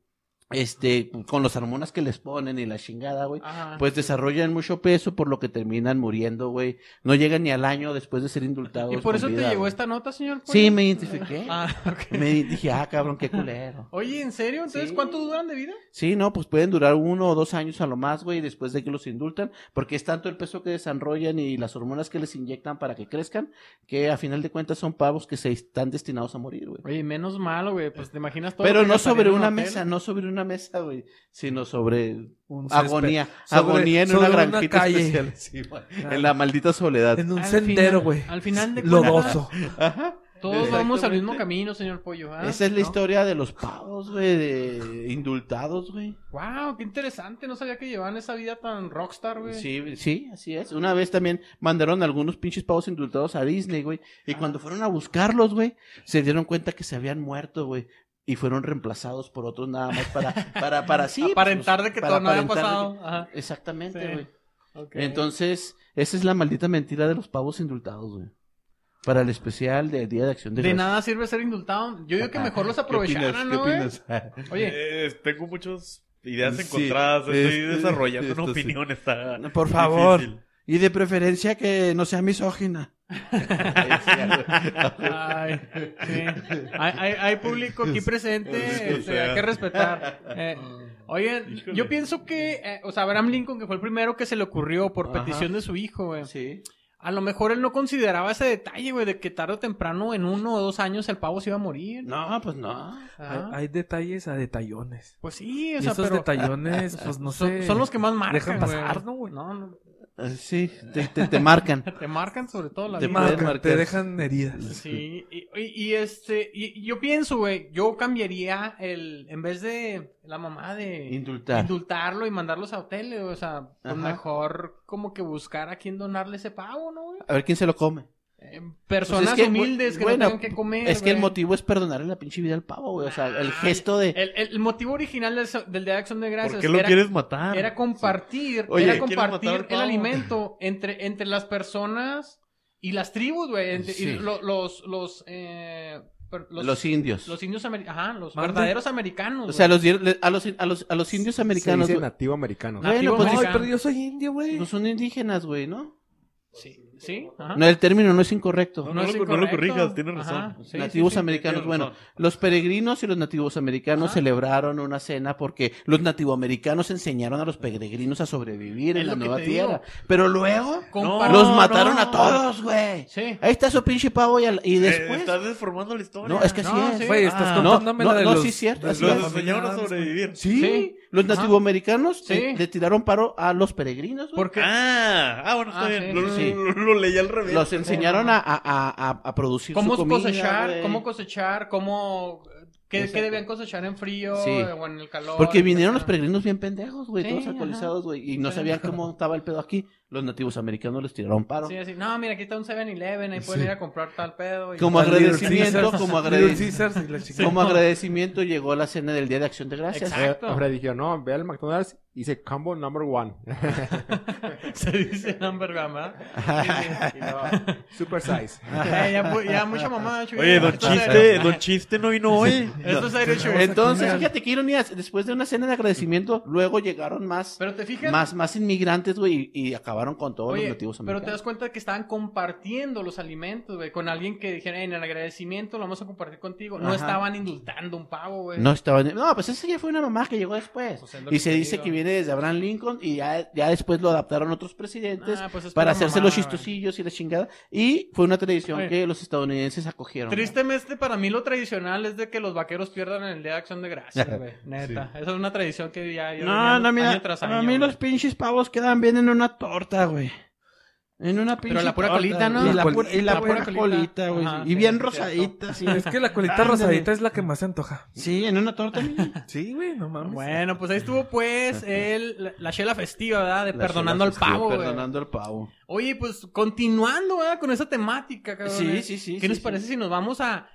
este, con los hormonas que les ponen y la chingada, güey,
Ajá.
pues desarrollan mucho peso, por lo que terminan muriendo, güey. No llegan ni al año después de ser indultados.
¿Y por
con
eso te
vida,
llegó
güey.
esta nota, señor? Pollo?
Sí, me identifiqué.
Ah, *laughs* ok.
Me dije, ah, cabrón, qué culero.
Oye, ¿en serio? Entonces,
Sí.
¿cuánto duran de vida?
Sí, no, pues pueden durar uno o dos años a lo más, güey, después de que los indultan, porque es tanto el peso que desarrollan y las hormonas que les inyectan para que crezcan, que a final de cuentas son pavos que se están destinados a morir, güey.
Oye, menos malo, güey. Pues te imaginas todo. lo
Pero
que
no
gastaría
sobre
en un
una
hotel?
mesa, no sobre una mesa, güey, sino sobre
Un césped.
agonía,
Sobre-
agonía en
sobre
una
una
granjita
calle.
especial, *laughs* sí, güey,
Ah.
en la maldita soledad.
En un
Al final-
sendero, güey.
Al final de cuentas,
Lodoso.
Ajá.
todos vamos al mismo
Exactamente.
camino, señor Pollo. ¿ah?
Esa es la
¿No?
historia de los pavos, güey, de indultados, güey.
Wow, qué interesante. No sabía que llevaban esa vida tan rockstar, güey.
Sí, sí, así es. Una vez también mandaron algunos pinches pavos indultados a Disney, güey.
Ah.
Y cuando fueron a buscarlos, güey, se dieron cuenta que se habían muerto, güey. Y fueron reemplazados por otros nada más para,
*laughs*
para, para sí. pues,
Aparentar de que
para
todo no había
aparentar de
pasado.
que-
Ajá.
Exactamente,
Sí.
güey.
ok.
Entonces, esa es la maldita mentira de los pavos indultados, güey. Para el especial de Día de Acción de
de
Gracias.
nada sirve ser indultado. Yo digo que
Ajá.
mejor los
¿Qué opinas?
aprovecharan,
¿Qué
¿no, güey?
opinas? *laughs*
Oye,
Eh, tengo muchas ideas
Sí,
encontradas. Estoy
es-
desarrollando una
esto sí.
opinión. Está
Por favor. Y de preferencia que no sea misógina.
Ay, sí. hay, hay- hay público aquí presente,
Sí,
este,
o sea.
hay que respetar. Eh, oigan,
Híjole.
yo pienso que, eh, o sea, Abraham Lincoln, que fue el primero que se le ocurrió por
Ajá.
petición de su hijo, güey.
sí.
A lo mejor él no consideraba ese detalle, güey, de que tarde o temprano, en uno o dos años, el pavo se iba a morir.
No, pues no.
Ah,
Hay, hay detalles a detallones.
Pues sí, o
Y
sea,
esos
pero
detallones, pues no
son,
sé.
son los que más marcan,
dejan pasar,
¿no, güey? No, no,
Eh, Sí, te, te- te marcan.
te marcan sobre todo la
Te
vida.
marcan,
pueden marcar.
te dejan heridas.
Sí, y, y- y este, y, y yo pienso, güey, yo cambiaría el, en vez de la mamá de *laughs*
Indultar.
indultarlo y mandarlos a hoteles, o sea, pues
Ajá.
mejor como que buscar a quién donarle ese pago, ¿no, güey?
A ver quién se lo come.
Eh, personas
Pues es que,
humildes que
bueno,
no tengan que comer.
es que el
güey.
motivo es perdonarle la pinche vida al pavo, güey. O sea, el
Ay, eh,
gesto de.
El, el- el motivo original del, del Día de Acción de Gracias
¿Por qué lo
era,
quieres matar?
era compartir,
Oye,
era
¿quieres matar
compartir
al
el
pavo?
alimento entre, entre las personas y las tribus, güey, entre- y
Sí.
lo- los, los, eh, per-
Los, indios.
Los indios americanos. Ajá, los
Mande.
verdaderos americanos.
o sea,
güey.
los, di- le- a, los, a, los, a los indios americanos.
Se dice
güey.
nativo americano.
Nativo
Bueno, pues,
americano.
Pero yo soy indio, güey.
No son indígenas, güey, ¿no?
Sí, sí. Ajá.
No, el término no es incorrecto.
No, no lo- no lo corrijas, tienes razón.
americanos.
nativos americanos,
tienes
bueno,
razón.
los peregrinos y los nativos americanos
Ajá.
celebraron una cena porque los nativoamericanos enseñaron a los peregrinos a sobrevivir
Es
en
lo
la
que
nueva
te digo.
tierra. Pero luego
Compa-
los
no,
mataron
no.
a todos, güey.
Sí.
Ahí está su pinche pavo y, al- y
Eh,
después.
estás deformando la historia.
No, es que
No,
así
sí.
es.
Güey, estás
Ah,
contándome
no,
la de
no,
los...
sí es cierto,
de
así
Los
la familia
enseñaron a
Adams,
sobrevivir.
Sí,
Sí.
los
Ajá.
nativoamericanos
Sí.
eh, le tiraron paro a los peregrinos, güey.
Porque
Ah, ah, bueno, está
Ah,
bien.
sí,
lo,
sí,
lo- lo leí al revés.
Los enseñaron a, a- a- a- a producir
cómo
su comida,
cosechar,
güey.
cómo cosechar, cómo... ¿Qué,
Exacto.
qué debían cosechar en frío
Sí.
eh, o en el calor?
Porque vinieron los
etcétera?
peregrinos bien pendejos, güey,
Sí,
todos
ajá.
alcoholizados, güey, y no
Sí.
sabían cómo estaba el pedo aquí. Los nativos americanos les tiraron paro.
Sí, así, no, mira, aquí está un 7-Eleven, ahí pueden ir a comprar tal pedo. y-
Como
Little
agradecimiento,
Caesars,
como
Little
agradecimiento.
Caesars y la chingada.
Como agradecimiento llegó la cena del Día de Acción de Gracias.
Exacto.
Ahora dijeron, no, ve al McDonald's y dice combo number one.
Se *laughs* dice number one, ¿verdad?
Y no, super size.
Eh, ya, pu- ya mucha
*laughs*
mamá, chuy.
Oye, don
Esto es
Chiste,
serio.
don Chiste no vino
*laughs*
hoy.
Esto es serio, chuy.
Entonces, fíjate qué ironía, después de una cena de agradecimiento, luego llegaron más,
Pero te fijas,
más, más inmigrantes, güey, y, y acabaron con todos
Oye,
los nativos
pero te
americanos.
das cuenta que estaban compartiendo los alimentos, güey, con alguien que dijeron, en el agradecimiento lo vamos a compartir contigo. No
Ajá.
estaban indultando un pavo, güey.
No estaban, no, pues esa ya fue una mamá que llegó después.
Pues es lo
y
que
se
te
dice
digo.
que viene desde Abraham Lincoln y ya, ya después lo adaptaron otros presidentes
Ah, pues es
para
pura
hacerse
mamada,
los chistosillos y la chingada. Y fue una tradición
Oye.
que los estadounidenses acogieron.
güey. Tristemente, para mí lo tradicional es de que los vaqueros pierdan en el Día de Acción de
*laughs*
Gracias, güey. Neta. Esa es una tradición que ya... ya
No,
venía
no, mira,
año tras
para
año,
mí
güey.
los pinches pavos quedan bien en una torta, güey. En una pinche
Pero la pura
torta,
colita, Ah, ¿no?
güey.
La
Y la,
col-
pura- y la
la
pura
pura
colita,
colita.
güey.
Ajá,
y
sí,
bien
es *laughs*
rosadita, sí.
Es que la colita
Ándale.
rosadita es la que más se antoja.
Sí, en una torta. mira.
Sí, güey, no mames.
Bueno, pues ahí estuvo, pues,
*laughs*
el, la, la chela festiva, ¿verdad? De
La
perdonando al
chela
pavo,
festiva,
güey.
Perdonando al pavo.
Oye, pues, continuando, ¿verdad? Con esa temática, cabrón.
Sí,
¿eh?
sí, sí,
¿Qué
sí,
les
sí.
parece si nos vamos a...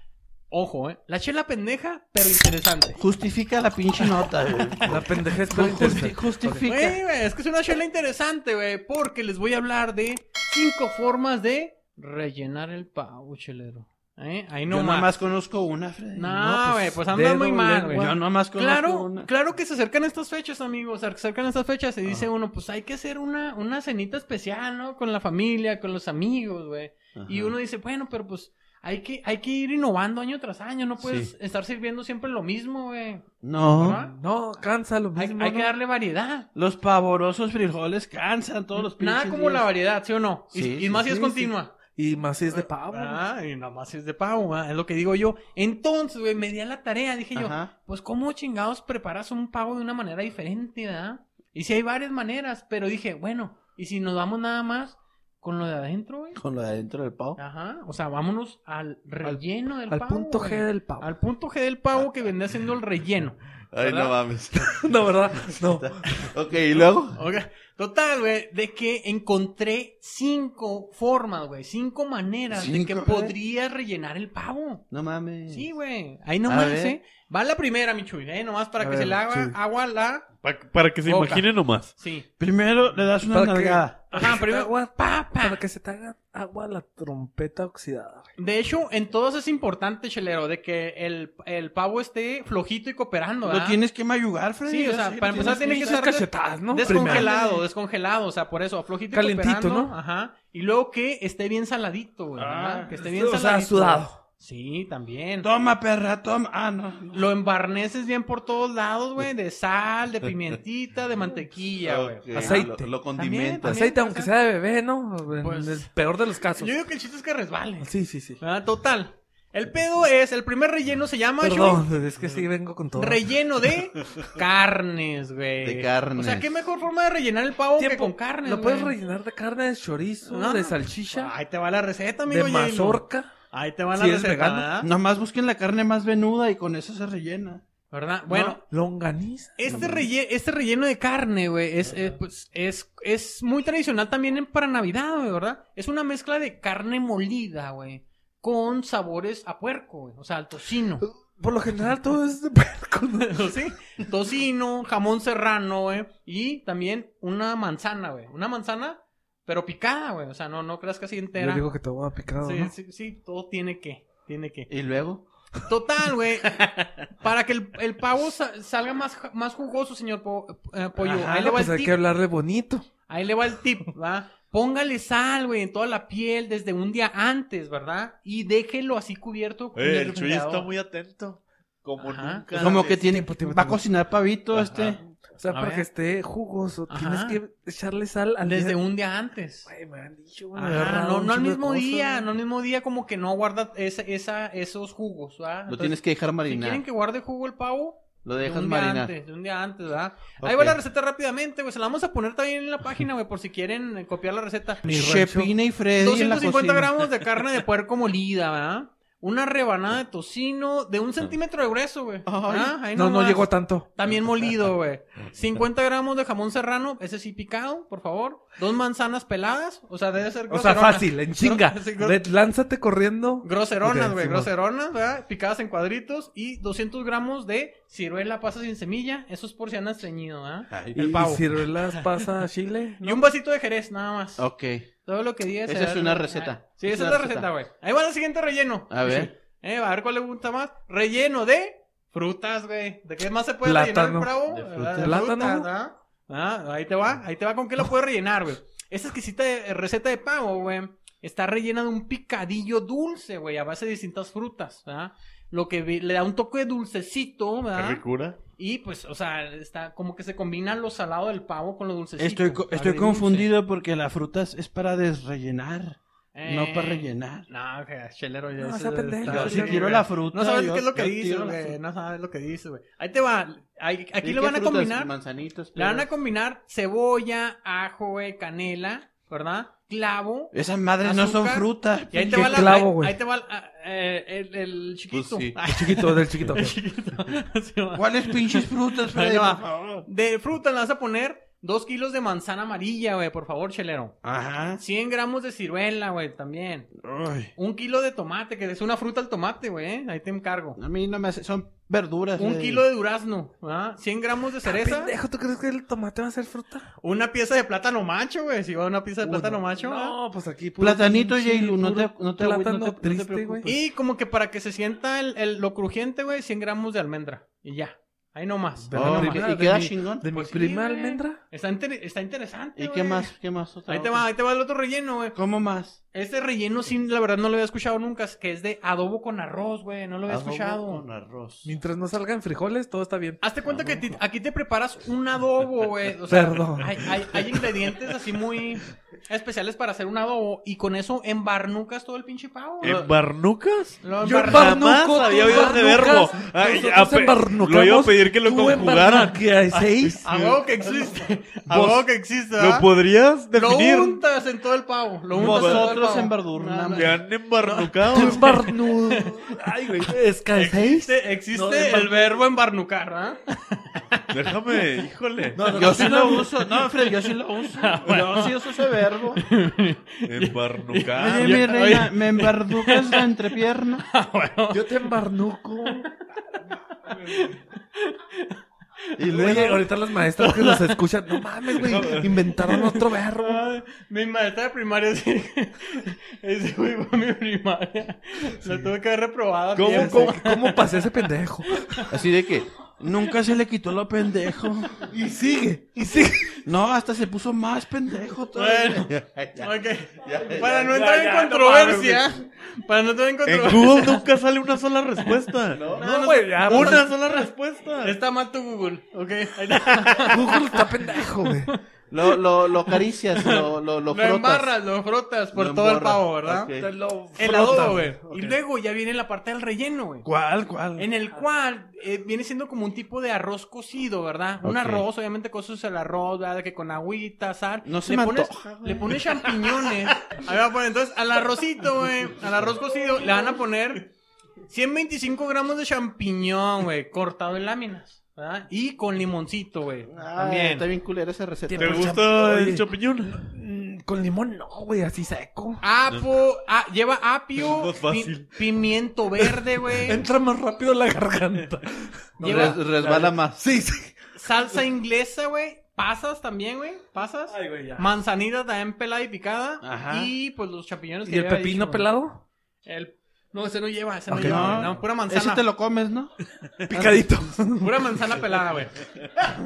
Ojo, ¿eh? La chela pendeja, pero interesante.
Justifica la pinche nota,
*laughs*
güey.
La pendeja es
Justi-
interesante.
justifica.
Güey, güey, es que es una charla interesante, güey, porque les voy a hablar de cinco formas de rellenar el pavo, chelero. ¿eh? Ahí
Yo
nomás.
nomás conozco una, Freddy.
No, güey, pues, andas
dedo,
muy mal,
lengua.
güey.
Yo nomás conozco
Claro,
una.
claro que se acercan estas fechas, amigos. Se acercan estas fechas y dice uno, pues hay que hacer una, una cenita especial, ¿no? Con la familia, con los amigos, güey. Y
Ajá.
uno dice, bueno, pero pues hay que, hay que ir innovando año tras año. No puedes
Sí.
estar sirviendo siempre lo mismo, güey.
No. Pues,
¿Verdad?
No, cansa lo
Hay,
mismo.
hay
¿no?
que darle variedad.
Los pavorosos frijoles cansan todos los pinches
Mm, Nada como la
días.
variedad, ¿sí o no? Y,
Sí,
y
sí,
más si es
sí,
continua.
Y más si es de pavo.
Ah, y nada más si es de pavo, ah, es lo que digo yo. Entonces, güey, me di a la tarea, dije yo,
Ajá.
pues cómo chingados preparas un pavo de una manera diferente, ¿verdad? Y sí hay varias maneras, pero dije, bueno, ¿y si nos vamos nada más con lo de adentro, güey?
Con lo de adentro del pavo.
Ajá, o sea, vámonos al relleno del
Al
pavo.
punto
güey.
G del pavo.
Al punto G del pavo que vendría siendo el relleno.
Ay, no mames.
*laughs* No, ¿verdad? No.
ok, y luego.
Oiga, total, güey, de que encontré cinco formas, güey, cinco maneras de que
Cinco, güey.
podrías rellenar el pavo.
No
Mm.
mames.
Sí, güey. Ahí nomás,
ver.
¿eh? Va la primera, mi Chuy, ¿eh? Nomás para
A
que se
ver,
le haga
Chuy.
agua la...
Pa- para que se
Boca.
imaginen nomás.
Sí.
Primero le das una
¿Para qué?
nalgada.
Ajá, Ah, primero...
Para
Papa.
que se te haga agua la trompeta oxidada. güey.
De hecho, en todas es importante, chelero, de que el, el pavo esté flojito y cooperando, ¿ah?
Lo
¿verdad?
tienes que mayugar, Freddy.
Sí, o sea, para empezar tiene que
Esas
estar des-
cachetadas, ¿no?
descongelado, descongelado, o sea, por eso, flojito y
Calentito,
cooperando.
¿no? Ah,
Ajá. Y luego que esté bien saladito, güey, ¿verdad? Que esté bien
O sea,
saladito.
sudado.
Sí, también.
Toma, perra, toma. Ah, no.
Lo embarneces bien por todos lados, güey, de sal, de pimientita, de mantequilla, güey.
Ok.
Aceite.
Lo,
También,
lo condimentas.
también.
Pues Aceite, aunque sea de bebé, ¿no? En
Pues-
el peor de los casos.
Yo digo que el chiste es que resbale.
Sí, sí, sí.
Ah, total. El pedo es, el primer relleno se llama
Perdón, es que sí vengo con todo.
Chuy, relleno
*laughs*
de carnes, güey.
De carnes.
O sea, qué mejor forma de rellenar el pavo que
Tiempo.
con carnes.
Lo puedes
güey?
rellenar de carne de chorizo,
No.
de salchicha,
Ahí te va la receta, amigo.
de
Yelo.
mazorca.
Ahí te va la
Si eres
receta,
vegano.
¿verdad?
Nomás busquen la carne más venuda y con eso se rellena.
¿Verdad? Bueno,
Longaniza.
Este, relle- este relleno de carne, güey, es, es, pues, es, es muy tradicional también en- para Navidad, güey, ¿verdad? Es una mezcla de carne molida, güey, con sabores a puerco, güey, o sea, al
*laughs*
tocino.
Por lo general todo es de *laughs* puerco.
¿Sí? Tocino, jamón serrano, güey, y también una manzana, güey. Una manzana, pero picada, güey, o sea, no, no creas que así entera.
Yo digo que todo va picado,
sí,
¿no?
sí, sí, todo tiene que, tiene que.
Y luego.
Total, güey. Para que el, el pavo sa- salga más, ju- más jugoso, señor po- eh, Pollo.
Ajá,
ahí le va
pues
el
hay
tip.
que hablarle bonito.
Ahí le va el tip, ¿va? Póngale sal, güey, en toda la piel desde un día antes, ¿verdad? Y déjelo así cubierto con
Eh,
el
el Chuy está
refrigerador.
muy atento. Como
Ajá.
nunca.
como que
antes.
tiene.
tiempo, tiempo,
va a
tiempo.
cocinar pavito este.
O sea,
A
para
ver.
que esté jugoso,
Ajá.
tienes que echarle sal al
Desde
día-
un día antes.
Güey, me han dicho, güey, me
Ajá,
agarraron
no,
un
no al
chingo de
mismo
cosas,
día,
güey.
no al mismo día como que no guarda esa, esa, esos jugos, ¿va?
Lo tienes que dejar
Ah, Si
marinar.
quieren que guarde jugo el pavo,
Lo
de
dejas
un día
marinar.
antes, de un día antes, ¿verdad? Ahí
Ok.
va la receta rápidamente, güey. Se la vamos a poner también en la página, güey, por si quieren eh, copiar la receta.
Chepina y Freddy. en la
250
cocina.
gramos de carne de
*laughs*
puerco molida, ¿verdad? Una rebanada de tocino de un centímetro de grueso, güey. ¿Ah? Ahí
No, no
nomás.
llegó a tanto.
También
*laughs*
molido, güey. 50 gramos de jamón serrano, ese sí picado, por favor. Dos manzanas peladas, o sea, debe ser
O sea,
groseronas.
fácil, en chinga.
*laughs* Sí, gro-
Ve, Lánzate corriendo.
Groseronas,
Ok,
güey,
sí,
groseronas, ¿verdad? Picadas en cuadritos y 200 gramos de ciruela, pasas sin semilla. Eso es por si andas ceñido, ¿verdad?
Ay,
Y ciruelas pasa a Chile.
Y un vasito de jerez, nada más.
Ok.
Todo lo que diga
Esa
se da- Ah,
es una receta.
Sí,
Es
esa es
una
la receta,
receta.
güey. Ahí va el siguiente relleno.
A ver.
*laughs* Eh, a ver cuál le gusta más. Relleno de frutas, güey. ¿De qué más se puede rellenar el
Plátano.
bravo?
De
Ah,
frutas.
Plátano.
¿verdad? Ah, ahí te va, ahí te va con qué lo puedes rellenar, güey. Esa exquisita eh, receta de pavo, güey, está rellena de un picadillo dulce, güey, a base de distintas frutas, ¿verdad? Lo que vi- le da un toque de dulcecito,
Qué
¿verdad?
ricura.
Y pues, o sea, está como que se combina lo salado del pavo con lo dulcecito.
Estoy, co- estoy
agridulce.
confundido porque la fruta es para desrellenar, no
Eh,
para rellenar.
No, que chelero, ya
No,
eso
sea
debe
pendejo,
estar-
Yo
Yo
sí
sí,
quiero
güey.
la fruta.
No sabes
yo-
qué es lo que
yo
dices,
quiero la
güey.
fruta.
No sabes lo que dices, güey. Ahí te va. Ahí- aquí le
¿Y qué
van a
frutas?
combinar.
Manzanitas.
Le van a
peras.
combinar cebolla, ajo, güey, canela, ¿verdad? Clavo.
Esas madres no son
azúcar.
frutas.
Y ahí te
¿Qué
va la.
clavo,
ahí-
güey?
ahí, te va ah, eh, el, el chiquito.
sí.
Ay, *laughs*
Chiquito, del chiquito.
el chiquito. *laughs* Sí, va.
¿Cuáles pinches frutas, Freddy?
Ahí va.
por favor?
De fruta le vas a poner Dos kilos de manzana amarilla, güey, por favor, chelero.
Ajá.
100 gramos de ciruela, güey, también.
Ay.
Un kilo de tomate, que es una fruta al tomate, güey, ¿eh? ahí te encargo.
A mí no me hace. Son verduras.
Un
eh.
kilo de durazno, ¿ah? 100 gramos de cereza.
Pendejo, ¿tú crees que el tomate va a ser fruta?
Una pieza de plátano macho, güey. Si va una pieza de plátano macho, ¿ah?
No, pues aquí. puro
Platanito,
pinche,
J-Lu, no te,
puro
no te, agüi- no te-
plátano
no te
triste, güey.
preocupes.
Y como que para que se sienta el, el- lo crujiente, güey, 100 gramos de almendra. Y ya. Ahí nomás.
Pero
ahí
Oh,
no
nomás.
mames.
¿Y queda
De mi-
chingón?
¿De mi
Pues sí,
prima
güey.
almendra?
Está, inter- está interesante,
¿Y
güey.
qué más? ¿Qué más? Otra
Ahí te
cosa.
va, ahí te va el otro relleno, güey.
¿Cómo más?
Este relleno, sí, la verdad, no lo había escuchado nunca. es Que es de adobo con arroz, güey. No lo había
Adobo
escuchado.
Con arroz.
Mientras no salgan frijoles, todo está bien.
Hazte cuenta que ti- aquí te preparas un adobo, güey. O sea,
Perdón.
Hay, hay- hay ingredientes así muy especiales para hacer un adobo y con eso embarnucas todo el pinche pavo. güey.
¿En barnucas?
Lo
Yo
embarnucas.
embarnuco,
Eh, pues, Jamás
tú
había oído ese verbo.
embarnucas,
Ay,
nosotros
a pe-
embarnucamos,
lo iba a pedir que lo
tú ¿eh?
conjugaran.
embarnucaseis.
A huevo que Ah, existe. A huevo que existe.
¿Lo
¿verdad?
podrías
Lo
definir?
untas en todo el pavo. Lo untas en todo el
Vosotros
pavo.
en verdurna.
¿Te han embarnucado?
Tú embarnu... Ay, güey. ¿Escaseis?
Existe, existe
No,
el
embarnucar.
verbo embarnucar, ¿ah?
em-, Déjame, híjole.
Yo sí lo uso. No, Ah, Fred, yo sí lo *laughs* uso. Yo sí uso ese *laughs* verbo. Oye,
Embarnucar.
mi reina, me embarducas la entrepierna.
Yo te embarnuco.
Y
Oye, ahorita las maestras que nos escuchan, no mames, güey, inventaron otro verbo.
Ay, Mi maestra de primaria, sí. *laughs* Ese güey fue mi primaria. Lo tuve que haber reprobado.
¿Cómo,
tío.
cómo, cómo pasé ese pendejo?
Así de que nunca se le quitó lo pendejo.
Y sigue, y sigue.
No, hasta se puso más pendejo
Bueno,
todavía. *laughs*
ok. para no entrar en controversia. para no entrar en
En
controversia.
Google nunca sale una
*laughs*
sola respuesta.
No, no,
ya,
Una
pues,
sola respuesta.
Está mal tu Google. Ok. ahí
Google está pendejo, güey.
Lo, lo, lo caricias, lo, lo, *laughs* lo
Lo,
frotas.
embarras, lo frotas por
Lo
todo el
emborras.
pavo, ¿verdad?
Ok.
Te lo
El
frotan.
adobo, güey. Y luego ya viene la parte del relleno, güey.
¿Cuál, cuál?
En el cual eh, viene siendo como un tipo de arroz cocido, ¿verdad? Un
Ok.
arroz, obviamente coces el arroz, ¿verdad? Que con agüita, sal.
No se
le
me
pones,
antoja, güey.
Le pones champiñones.
*laughs*
Ahí va a poner, entonces, al arrocito, güey. Al arroz cocido, le van a poner 125 gramos de champiñón, güey. Cortado en láminas, ¿verdad? Y con limoncito, güey.
*laughs* Ah,
También.
Está bien culera esa receta.
¿Te
Pero
gusta
champ-
el
oye.
champiñón?
Mm, Con limón no, güey, así seco.
Apo, ah, lleva apio,
Más fácil.
pi- pimiento verde,
*laughs*
güey.
*laughs* Entra más rápido la *laughs* garganta.
Lleva
Res- resbala más.
Sí, sí.
salsa inglesa, güey. Pasas también, güey. Pasas.
güey, ya.
Manzanita también pelada y picada.
Ajá.
Y pues los champiñones que
¿Y el
ya había
pepino
dicho, güey.
pelado?
El- No, ese no lleva, ese
Ok.
no lleva.
No.
güey. No, pura
Ese
manzana.
te lo comes, *laughs* ¿no?
Picadito.
Pura manzana pelada,
*laughs*
güey.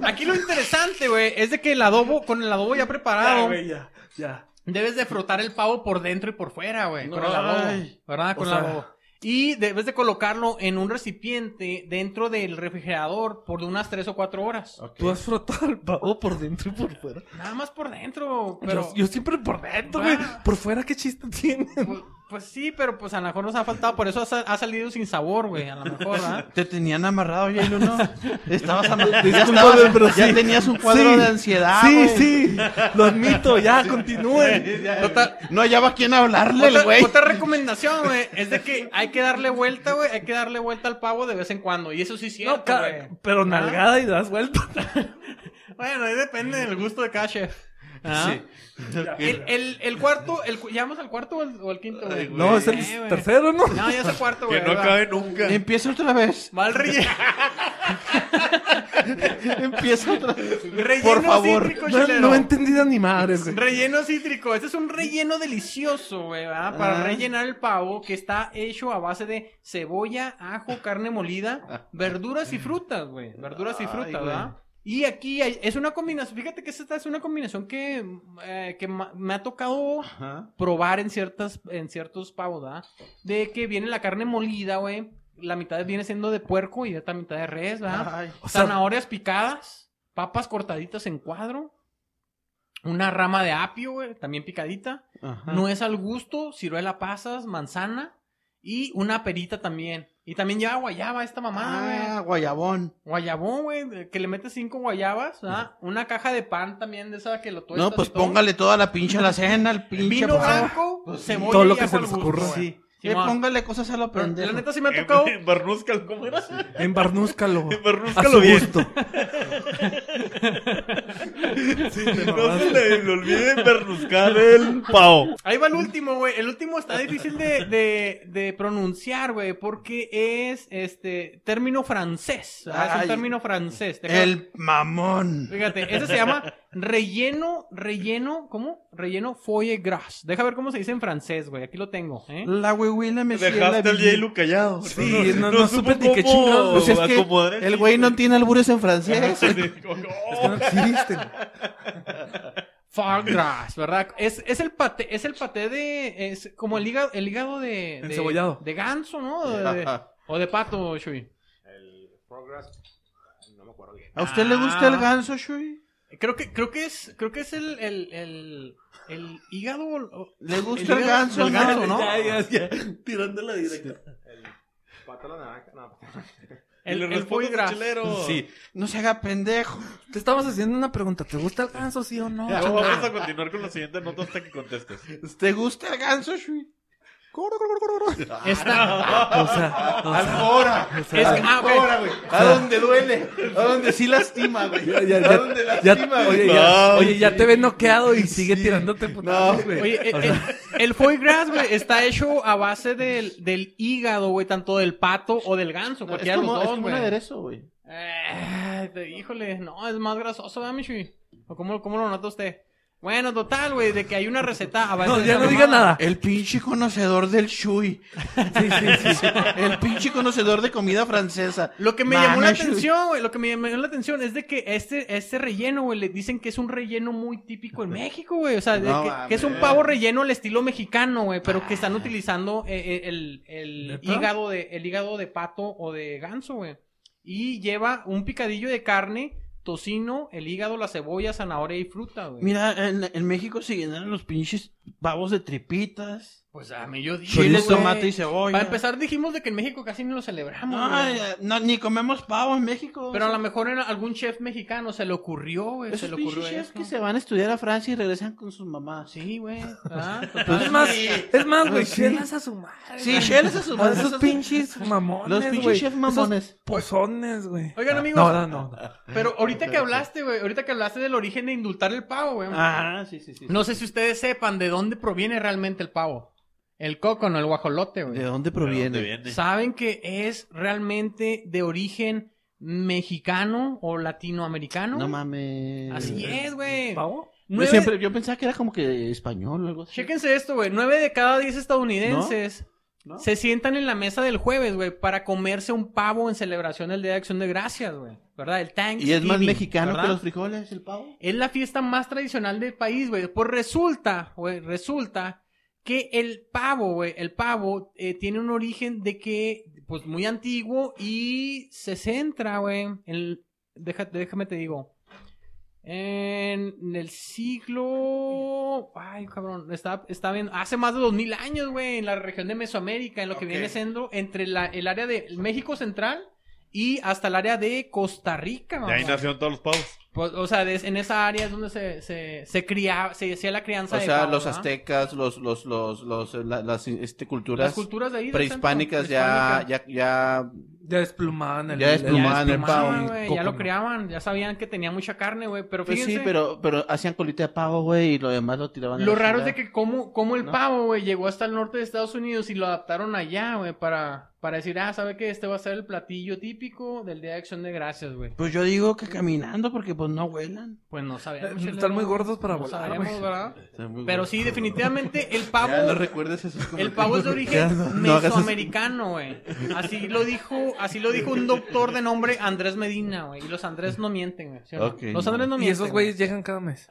Aquí lo interesante, güey, es de que el adobo, con el adobo ya
Ya,
preparado,
güey, ya, ya.
debes de frotar el pavo por dentro y por fuera, güey. Con el adobo.
Ay.
¿Verdad? Con
O sea-
el adobo. Y debes de colocarlo en un recipiente dentro del refrigerador por unas 3 o 4 horas.
Tú has frotado el pavo por dentro y por fuera.
Nada más por dentro, pero...
Pero yo, siempre por dentro, güey.
Va.
Por fuera, ¿qué chiste *laughs* tiene?
Pues, pues sí, pero pues a lo mejor nos ha faltado. Por eso ha, sa- ha salido sin sabor, güey. A lo mejor, ¿verdad?
Te tenían amarrado,
*laughs*
Yailu, ¿no? Estabas amarrado. Ya, estabas- ya tenías un cuadro
Sí.
de ansiedad.
Sí,
güey.
*laughs* sí. Lo admito, ya, continúen.
Total-
No hallaba quién hablarle, el
otra,
güey.
otra recomendación, güey, es de que hay que darle vuelta, güey. Hay que darle vuelta al pavo de vez en cuando. Y eso sí es cierto,
No, ca-
güey.
pero nalgada y das vuelta.
Bueno, ahí depende del gusto de cada chef. ¿Ah? El, el, el cuarto, el, cu- ¿ya vamos al cuarto o al, o al quinto, güey?
No, es el
Eh, güey.
tercero, ¿no?
No, ya es el cuarto,
Que
güey.
no
ahí va.
acabe nunca.
Empieza otra vez.
Va el
*laughs*
relleno.
Empieza otra vez.
relleno
Por favor.
cítrico
No,
chileno.
no entendí de animales, güey.
Relleno cítrico, este es un relleno delicioso, güey, ¿verdad? Para
Ah.
rellenar el pavo que está hecho a base de cebolla, ajo, carne
*laughs*
molida, verduras y frutas, güey. Verduras y
Ay,
frutas,
güey.
¿verdad? Y aquí hay- es una combinación, fíjate que esta es una combinación que, eh, que ma- me ha tocado
Ajá.
probar en ciertas en ciertos pavos, ¿verdad? De que viene la carne molida, güey, la mitad viene siendo de puerco y la otra mitad de res, ¿verdad?
Ay.
O sea-
Zanahorias picadas, papas cortaditas en cuadro, una rama de apio, güey, también picadita,
Ajá.
nuez al gusto, ciruela pasas, manzana y una perita también. Y también lleva guayaba esta mamada,
Ah,
güey.
guayabón.
Guayabón, güey, de- que le metes cinco guayabas, ¿verdad? Una caja de pan también de esa que lo tuestas.
No, pues
y todo. *laughs*
póngale toda la pinche alacena, el pinche
Vino
pavo.
blanco, cebolla
todo
y
lo que
ajo
se
al
les
gusto,
ocurra. Eh,
güey.
Sí. Eh,
Simón.
póngale cosas a lo
La
pendejo.
neta sí me ha tocado.
Barnúzcal, ¿cómo era?
Embarnúzcalo. A
Barnúzcalo
su
bien.
gusto.
*laughs* No se le, le olvide Bernuscar el pavo.
Ahí va el último, güey. El último está difícil de, de, de pronunciar, güey, porque es este término francés. ¿verdad? Es un
Ay.
término francés. Déjame-
El mamón.
Fíjate, ese se llama relleno, relleno, ¿cómo? Relleno foie gras. Deja ver cómo se dice en francés, güey. Aquí lo tengo, ¿eh?
La huehuila me
Dejaste al Yailu callado.
Sí, no, no supe ni qué
chingados.
chingados.
Pues es que El
*laughs*
güey no tiene albures en francés.
No existen.
Foie gras, ¿verdad? Es, es el paté, es el paté de, es como el hígado, el hígado de, de,
Encebollado.
de ganso, ¿no? De-
*laughs*
de- o de pato, Shui.
¿A usted le gusta el ganso, Shui?
Creo que, creo que es, creo que es el, el, el, el hígado. o-
¿Le gusta el,
hígado-
ganso?
el ganso, ¿no?
Tirándola directa.
El,
Y le
el
responde
foie gras.
mochilero.
Sí.
No se haga pendejo.
Te estabas haciendo una pregunta. ¿Te gusta el ganso, sí o no?
No, vamos a continuar con la siguiente nota hasta que contestes.
¿Te gusta el ganso, Shui?
*laughs* Está-
O sea, o sea,
Ahora.
o sea,
Ah. es que- ah, ok.
Ahora, güey. A donde duele. A donde sí lastima, güey.
Ya, ya,
A
ya,
donde
ya-
lastima,
oye,
güey.
ya,
No,
oye, ya te ve noqueado y sigue tirándote putazos, güey.
Oye, eh,
O
eh,
sea,
el foie gras, güey, está hecho a base del, del hígado, güey, tanto del pato o del ganso,
No,
cualquiera de los
es
dos,
como
güey.
un aderezo, güey.
Eh, te- híjole, no, es más grasoso, ¿verdad, Michi? ¿O cómo, cómo lo nota usted? Bueno, total, güey, de que hay una receta a base
no,
de
ya
esa
no diga
mamada.
nada.
El pinche conocedor del Shui.
Sí, sí, sí.
*laughs* El pinche conocedor de comida francesa.
Lo que me
Mano,
llamó la
Shui.
atención, güey, lo que me llamó la atención es de que este, este relleno, güey, le dicen que es un relleno muy típico en México, güey. O sea, de
No
que,
mames. Ah.
que es un pavo relleno al estilo mexicano, güey, pero que están utilizando eh, eh, el, el
¿Neta?
hígado de, el hígado de pato o de ganso, güey. Y lleva un picadillo de carne, tocino, el hígado, la cebolla, zanahoria y fruta, güey.
Mira, en, en México se llenan los pinches babos de tripitas.
Pues a mí yo dije.
Chile,
güey.
tomate y cebolla.
Para empezar, dijimos de que en México casi no lo celebramos.
No,
güey.
eh, no, ni comemos pavo en México.
Pero a
la
lo mejor en algún chef mexicano se le ocurrió, güey. Se
Esos
le
pinches
ocurrió
chefs
eso.
que se van a estudiar a Francia y regresan con sus mamás. Sí,
Sí, güey. Ah,
pues Es más, es más, güey, chelas a su madre. güey.
chelas a sus
A
mamás.
esos pinches mamones,
Los pinches
güey.
chef mamones.
Esos pozones, güey.
Oigan, amigos.
No, no, no.
Pero ahorita que hablaste, güey. Ahorita que hablaste del origen de indultar el pavo, güey.
Ah, sí, sí, sí.
No sé si ustedes sepan de dónde proviene realmente el pavo. El coco, no el guajolote,
¿De
güey.
dónde
¿De
proviene?
dónde viene?
Saben que es realmente de origen mexicano o latinoamericano.
No
güey?
mames.
Así es, güey.
¿Pavo?
Yo
Nueve-
siempre, yo pensaba que era como que español o algo así.
Chéquense esto, güey. Nueve de cada diez estadounidenses
¿No? ¿No?
se sientan en la mesa del jueves, güey, para comerse un pavo en celebración del Día de Acción de Gracias, güey. ¿Verdad? El Thanksgiving.
Y es más mexicano
¿verdad?
que los frijoles, el pavo.
Es la fiesta más tradicional del país, güey. Pues resulta, güey, resulta que el pavo, güey, el pavo eh, tiene un origen de que, pues, muy antiguo y se centra, güey, en... Déjate, déjame te digo. En el siglo... Ay, cabrón, está, está bien. Hace más de 2000 años, güey, en la región de Mesoamérica, en lo que
Ok.
viene siendo entre la, el área de México Central y hasta el área de Costa Rica,
De ahí
mamá.
nacieron todos los pavos.
Pues, o sea, des- en esa área es donde se, se, se criaba, se hacía la crianza
O
de
sea,
pavo,
los
¿verdad?
aztecas, los, los, los, los, la- las este, culturas,
Las culturas de ahí. del
prehispánicas
centro,
ya,
prehispánicas,
ya, ya,
Ya desplumaban el
Ya desplumaban
ya
el
desplumaban,
pavo.
güey, ya lo criaban, ya sabían que tenía mucha carne, güey, pero
pues
fíjense.
sí, pero, pero hacían colita de pavo, güey, y lo demás lo tiraban. a
Lo
la
raro es de
chingada.
que cómo, cómo el
¿No?
pavo, güey, llegó hasta el norte de Estados Unidos y lo adaptaron allá, güey, para, para decir, ah, ¿sabe qué? Este va a ser el platillo típico del Día de Acción de Gracias, güey.
Pues yo digo que caminando, porque pues no vuelan.
Pues no sabemos.
Eh, están
chile,
muy
no-
gordos para
no
volar,
sabemos,
güey.
¿verdad? Pero sí, definitivamente
*laughs*
el pavo...
recuerdes eso.
El pavo es de
*laughs* Ya
origen
no- no hagas eso.
mesoamericano, güey. Así lo dijo, así lo dijo un doctor de nombre Andrés Medina, güey. Y los Andrés no mienten, güey. ¿sí o no?
Ok.
Los Andrés no
Y
mienten.
esos güeyes llegan cada mes.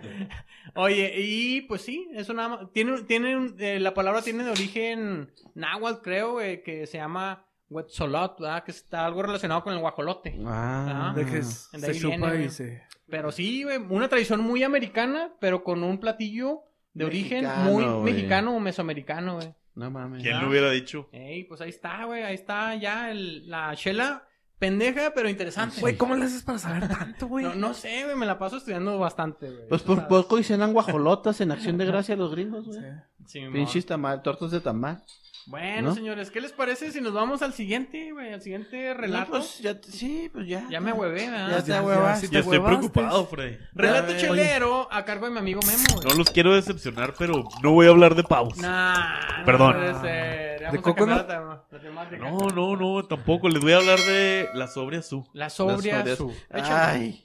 güey. Oye, y pues sí, eso nada más. Tiene, tiene, un- eh, la palabra tiene de origen náhuatl, creo, güey, que se llama Huetzolot, ¿verdad? Que está algo relacionado con el guajolote.
Ah,
De que
de
se
ahí viene,
chupa
güey.
y se...
Pero sí, güey, una tradición muy americana, pero con un platillo de
Mexicano,
origen muy
güey.
mexicano o mesoamericano, güey.
no mames.
¿Quién lo hubiera dicho?
Ey, pues ahí está, güey. Ahí está ya el- la chela pendeja, pero interesante.
Güey, ¿cómo le haces para saber tanto, güey?
no, no sé, güey. Me la paso estudiando bastante, güey.
Pues por poco y cenan guajolotas en acción de gracia los gringos, güey.
Sí.
Sí, mo-
Pinches tamal, tortas de tamal.
Bueno,
¿No?
señores, ¿qué les parece si nos vamos al siguiente, güey? Al siguiente relato.
No, pues, ya te- sí, pues ya.
ya me huevé, ¿verdad?
Ya te huevaste.
Ya estoy
pues,
preocupado, Freddy.
Relato
Ya,
chelero a cargo de mi amigo Memo. güey.
No los quiero decepcionar, pero no voy a hablar de pavos.
Nah, no
Perdón.
puede ser. Vamos a
coco,
cambiar la tema- la temática.
No, no, no, tampoco. Les voy a hablar de la sobria azul.
La sobria
sobrias.
su.
Ay.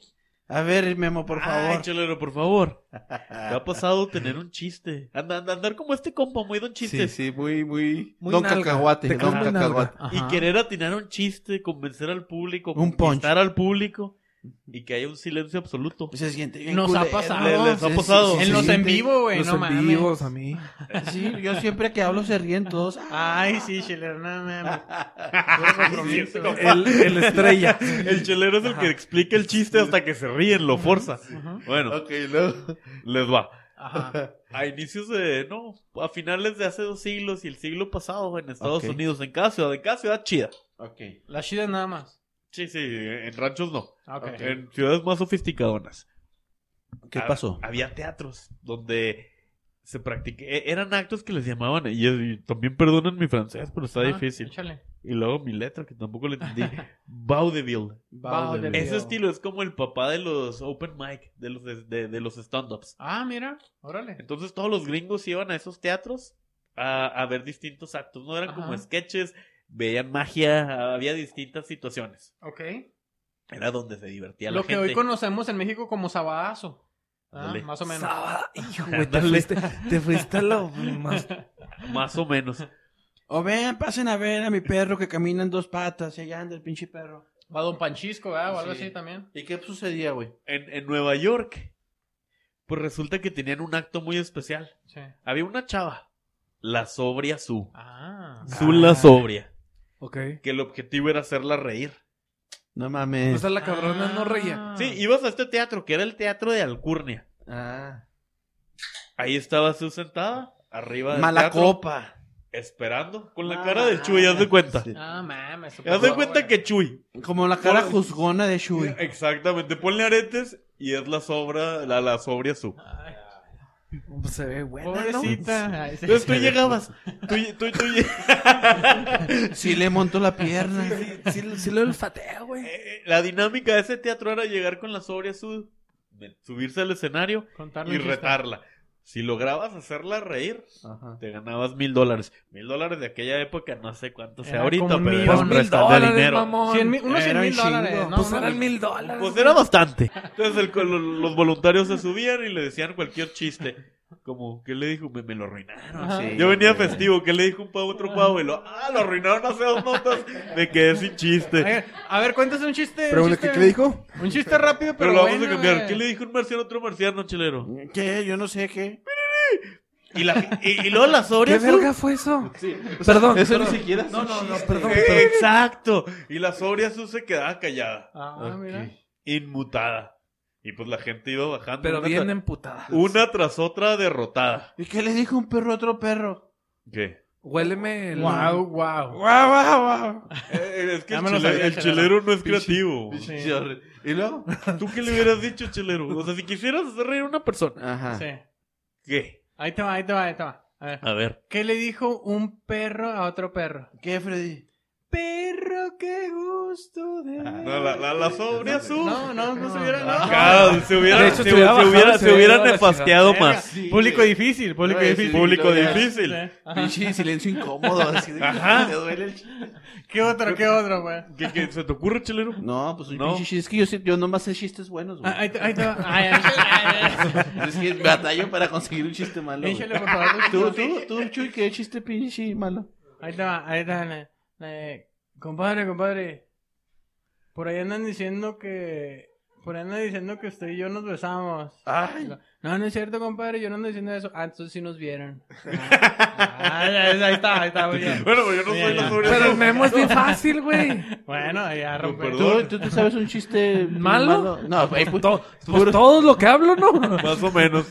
A ver, Memo, por favor.
Ay, chelero, por
*laughs*
favor. Te ha pasado tener un chiste. Anda, anda, andar como este compa, muy don
Sí,
chistes.
sí, muy, muy.
Muy
don
nalga.
cacahuate.
Te
don
cae muy nalga.
cacahuate.
Y querer atinar un chiste, convencer al público,
Un punch.
conquistar al público y que haya un silencio absoluto.
Pues se siente bien
Nos ha
culero,
pasado.
güey.
Les- les ha
Se-
pasado.
se
En los em- en
siente-
vivo, güey,
Los
no
en
mames.
vivos a mí.
Sí, yo siempre que hablo se ríen todos.
Ay, sí, chelero, no mames.
Sí, sí,
El, el *laughs* estrella.
El chelero es el que explica el chiste hasta que se ríen, lo forza. Bueno,
Ok,
*laughs*
luego.
les va.
Ajá.
A inicios de, no, a finales de hace dos siglos y el siglo pasado en Estados
Ok.
Unidos, en cada ciudad, en cada ciudad chida.
Ok.
La chida nada más.
Sí, sí, en ranchos no.
Ah, Ok.
En ciudades más sofisticadonas.
¿Qué
Ha-
pasó?
Había teatros donde se practicaba. Eran actos que les llamaban. Y, y también perdonen mi francés, pero está
Ah,
difícil.
Échale.
Y luego mi letra, que tampoco le
*laughs*
entendí. Vaudeville.
Vaudeville.
Ese estilo es como el papá de los open mic, de los, de, de los stand-ups.
Ah, mira. Órale.
Entonces todos los gringos iban a esos teatros a, a ver distintos actos. No eran como
Ajá.
sketches, veían magia, había distintas situaciones.
Ok.
Era donde se divertía la
Lo que
gente.
hoy conocemos en México como sabadazo. Ah,
Ándale.
Más o menos.
Sábado. Hijo, güey, te
Ándale.
fuiste, te fuiste a lo más.
Más o menos.
O ven, pasen a ver a mi perro que camina en dos patas. Y allá anda el pinche perro.
O a Don Panchisco, ¿verdad? O algo
Sí.
así también.
¿Y qué sucedía, güey?
en, en Nueva York, pues resulta que tenían un acto muy especial.
Sí.
Había una chava, la sobria Su.
Ah.
Su la sobria.
Ok.
Que el objetivo era hacerla reír.
No
O
mames.
sea, la cabrona no
Ah.
reía.
Sí, ibas a este teatro, que era el teatro de Alcurnia.
Ah.
Ahí estaba Su sentada, arriba del
Mala
teatro,
copa.
Esperando, con la
Ah,
cara del Chuy, haz de cuenta.
sí.
Ah, mames. super
Haz de
guapo,
cuenta
güey.
que Chuy.
Como la cara
Por-
juzgona de
*laughs*
Shui.
Exactamente, ponle aretes y es la sobra, la, la sobria Su.
Ah.
Ay,
Pues se ve buena, ¿no?
Pobrecita. Ay, sí.
Entonces *laughs* tú llegabas, tú, tú, tú lle-
Sí le montó la pierna.
Oh, Sí, sí, sí lo olfatea, güey.
Eh, la dinámica de ese teatro era llegar con la sobria su, de- subirse al escenario
Contarle
y
un chiste.
retarla. Si lograbas hacerla reír,
Ajá.
te ganabas mil dólares. Mil dólares de aquella época, no sé cuánto sea
Era
ahorita,
como un
pero
millón.
era
Pues
un
mil
restal de
dólares,
dinero.
mamón.
Cien mil- unos cien
Era un
mil dólares.
chingo.
No,
pues
no,
eran mil dólares.
Pues era bastante. Entonces el- lo- los voluntarios se subían y le decían cualquier chiste. Como, ¿qué le dijo? Me, me lo arruinaron.
Ajá.
Sí,
Yo venía
güey.
festivo, ¿qué le dijo un pavo a otro pavo? Y lo, ah, lo arruinaron hace dos notas. Me quedé sin
A
chiste.
ver, a ver, cuéntase un chiste. un
Pregunta,
chiste-
¿qué, qué le dijo?
Un chiste rápido, pero,
Pero lo vamos
bueno, eh.
a cambiar.
güey.
¿Qué le dijo un marciano a otro marciano, chilero?
¿Qué? Yo no sé qué.
Y, la, y, y luego la sobria
¿Qué
azul.
verga fue eso? Perdón.
Eso ni
perdón.
siquiera. es
No,
un
no, no,
chiste.
perdón. perdón.
Exacto. Y la sobria azul se quedaba callada,
Ah, mira.
inmutada. Y pues la gente iba bajando.
Pero
una,
bien
tra-
emputada.
una tras otra derrotada.
¿Y qué le dijo un perro a otro perro?
¿Qué?
Huéleme el...
Wow, wow.
¡Guau, guau, guau!
es que
Ya
el,
me lo
chile-
sabía,
el
chelero.
chelero no es creativo.
Sí.
Chorre. Y luego,
¿Tú qué le hubieras dicho, chelero? O sea, si quisieras hacer reír a una persona.
Ah.
Ajá.
Sí.
¿Qué?
Ahí te va, ahí te va, ahí te va. A ver.
A ver.
¿Qué le dijo un perro a otro perro?
¿Qué, Freddy?
Perro, qué gusto de...
Ah, No, la, la, la sobria azul.
No, no, no se hubiera...
Ah,
No.
No.
Claro, se hubiera,
De hecho,
se,
se hubiera
se
bajado,
hubiera,
se
se hubiera
hubiera ido a la
nefasteado
chingada.
más. pues.
Público difícil, público
No, sí,
difícil.
sí,
Público
lo ya-
difícil.
Ajá.
pinche silencio incómodo. Así de que
Ajá.
te duele el chiste.
¿Qué otro, qué otro, pues? güey?
¿Qué, qué, se te ocurre, chelero?
No, pues un
No.
pinche chiste. Es que yo, sí- yo nomás sé chistes buenos, güey.
Ah, Ahí te, ahí te va. Ay, ay, ay, ay,
Es que batallo para conseguir un chiste malo.
ay.
güey.
Échale, por favor.
Tú, tú, tú, Chuy, qué chiste pinche malo.
Ahí te va, ahí te va. la- la de, compadre, compadre. Por ahí andan diciendo que... Por ahí andan diciendo que usted y yo nos besamos.
Ay,
No, no es cierto, compadre, yo no ando diciendo eso. Ah, entonces sí nos *laughs* vieron. Ah, ahí ahí está, ahí está, muy bien.
Bueno, pues yo no
Sí,
soy
ya.
la sobria
Pero el
azul.
memo es bien fácil, güey.
Bueno, ya rompe.
perdón.
¿Tú, tú te sabes un chiste
¿Malo?
malo? No, güey, pues,
To- pues todo lo que hablo, ¿no?
Más o menos.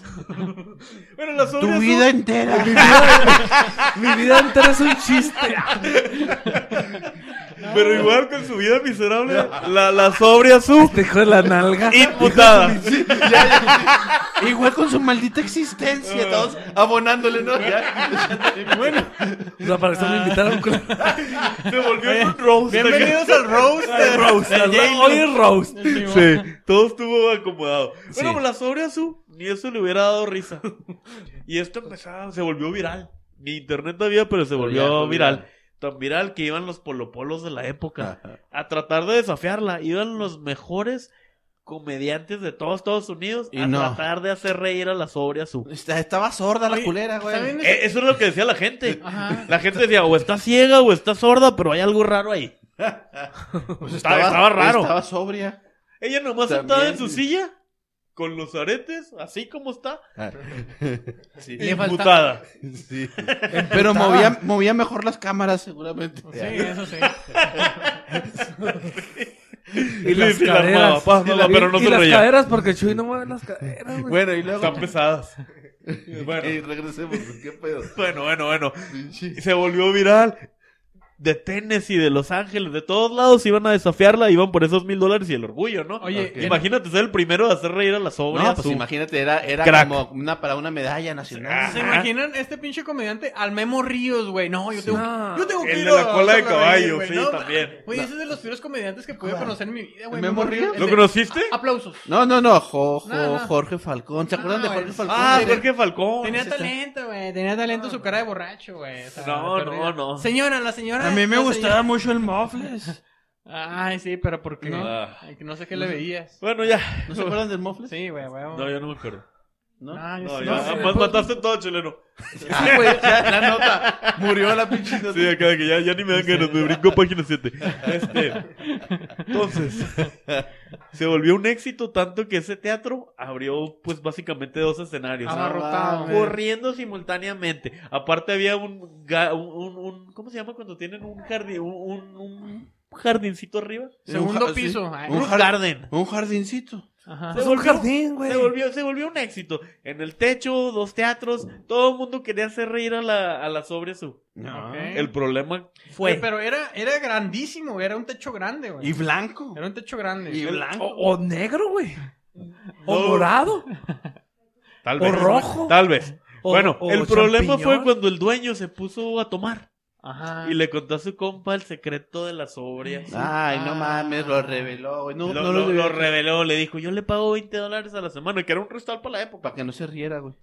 Pero la sobria
tu
azul.
vida entera.
*laughs*
Mi vida entera es un chiste.
No,
Pero igual con su vida miserable, la, la sobria su
Te hijo de la nalga.
*laughs* imputada.
Igual con su maldita existencia, todos abonándole, ¿no? Ya. Bueno,
O sea, para eso me invitaron con
Se volvió un roast.
Bienvenidos al roast.
el roast. al
Jay
Hoy es roast.
Sí, todo estuvo acomodado.
Sí.
Bueno, pues la sobria su ni eso le hubiera dado risa. Y esto empezaba, se volvió viral. Ni internet había, pero se volvió
ya Ah. fue
viral. Tan viral que iban los polopolos de la época a tratar de desafiarla. Iban los mejores comediantes de todos Estados Unidos
Y
a
no.
tratar de hacer reír a la sobria su.
Está- estaba sorda la
Oye,
culera,
¿saben?
güey.
Eh, Eso es lo que decía la gente.
pues, Ajá.
La gente decía, o está ciega o está sorda, pero hay algo raro ahí.
Pues
estaba- estaba raro.
Estaba sobria.
Ella nomás
También.
sentada en su silla, con los aretes, así como está,
Ah. Sí.
Le falta-
imputada.
Sí. Pero movía, movía mejor las cámaras, seguramente.
Sí, eso sí.
Y las
sí, la armaba,
caderas.
pa, pa, pa, pero no
y
se
las
reía.
caderas, porque Chuy no mueve las caderas, güey.
Bueno, y luego. *laughs*
Están pesadas.
Ey,
Bueno,
regresemos. pues, ¿Qué pedo?
bueno, bueno, bueno.
Pinche.
Y Se volvió viral. De Tennessee, de Los Ángeles, de todos lados iban a desafiarla, iban por esos mil dólares y el orgullo, ¿no?
Oye,
Ok. imagínate ser el primero de hacer reír a la sobra.
No, pues
su-
imagínate, era, era
Crack. Ah.
como una para una medalla nacional.
¿Se imaginan este pinche comediante al Memo Ríos, güey? No, yo tengo,
No.
yo tengo que
El
ir
de
a
la cola de
hacerlo reír,
caballo,
güey.
sí,
No, *laughs*
también.
Güey, ese es de los peores comediantes que pude conocer en mi vida, güey.
¿El Memo Ríos?
el
¿Lo
de-
conociste?
A- Aplausos.
No, no, no, Jo- Jo-
No, no.
Jorge Falcón. ¿Se acuerdan
Ah,
de Jorge
güey.
Falcón?
Ah,
Sí.
Jorge Falcón.
Tenía
Sí, está-
talento, güey. Tenía talento su cara de borracho, güey. O sea,
No,
de perdida.
no, no.
Señora, la señora.
A mí me
la
gustaba
señora-
mucho el Mofles.
Ay, sí, pero ¿por qué?
Ah.
Ay, que No sé qué le veías.
Bueno, ya.
¿No se acuerdan del Mofles?
Sí, güey, güey.
No, yo no me acuerdo.
¿No?
Ah, yo
No,
sí.
ya.
No, sí,
Ah,
pues-
mataste todo, chileno.
Ah,
*laughs*
güey, ya, la nota. Murió la pinche nota.
Sí, acá que ya, ya ni me dan ganas, me brincó página 7. Este, entonces, se volvió un éxito tanto que ese teatro abrió, pues, básicamente dos escenarios.
Ah, Abarrotado.
Corriendo simultáneamente. Aparte había un, ga- un, un- un- ¿cómo se llama cuando tienen un jardín, un, un- un jardincito arriba?
Segundo
Un ja-
piso. Ay,
Un
Un
no.
jar-
garden.
Un jardincito.
Ajá.
Es un jardín, güey.
Se volvió, se volvió un éxito. En el techo, dos teatros, todo el mundo quería hacer reír a la, a la sobre su.
No.
Ah. Ok.
El problema fue.
Güey, pero era, era grandísimo, güey. Era un techo grande, güey.
Y blanco.
Era un techo grande.
Y blanco.
O, o negro, güey. O
No.
morado.
Tal
O
vez.
rojo.
Tal vez.
O-
bueno,
o
el problema fue
champiñón. Ah.
cuando el dueño se puso a tomar
Ajá.
y le contó a su compa el secreto de las sobrias.
Ay, no
Ah.
mames, lo reveló, güey. No,
lo,
no
lo-
lo,
lo reveló, le dijo, yo le pago 20 dólares a la semana, que era un restal para la época.
Para que no se riera, güey.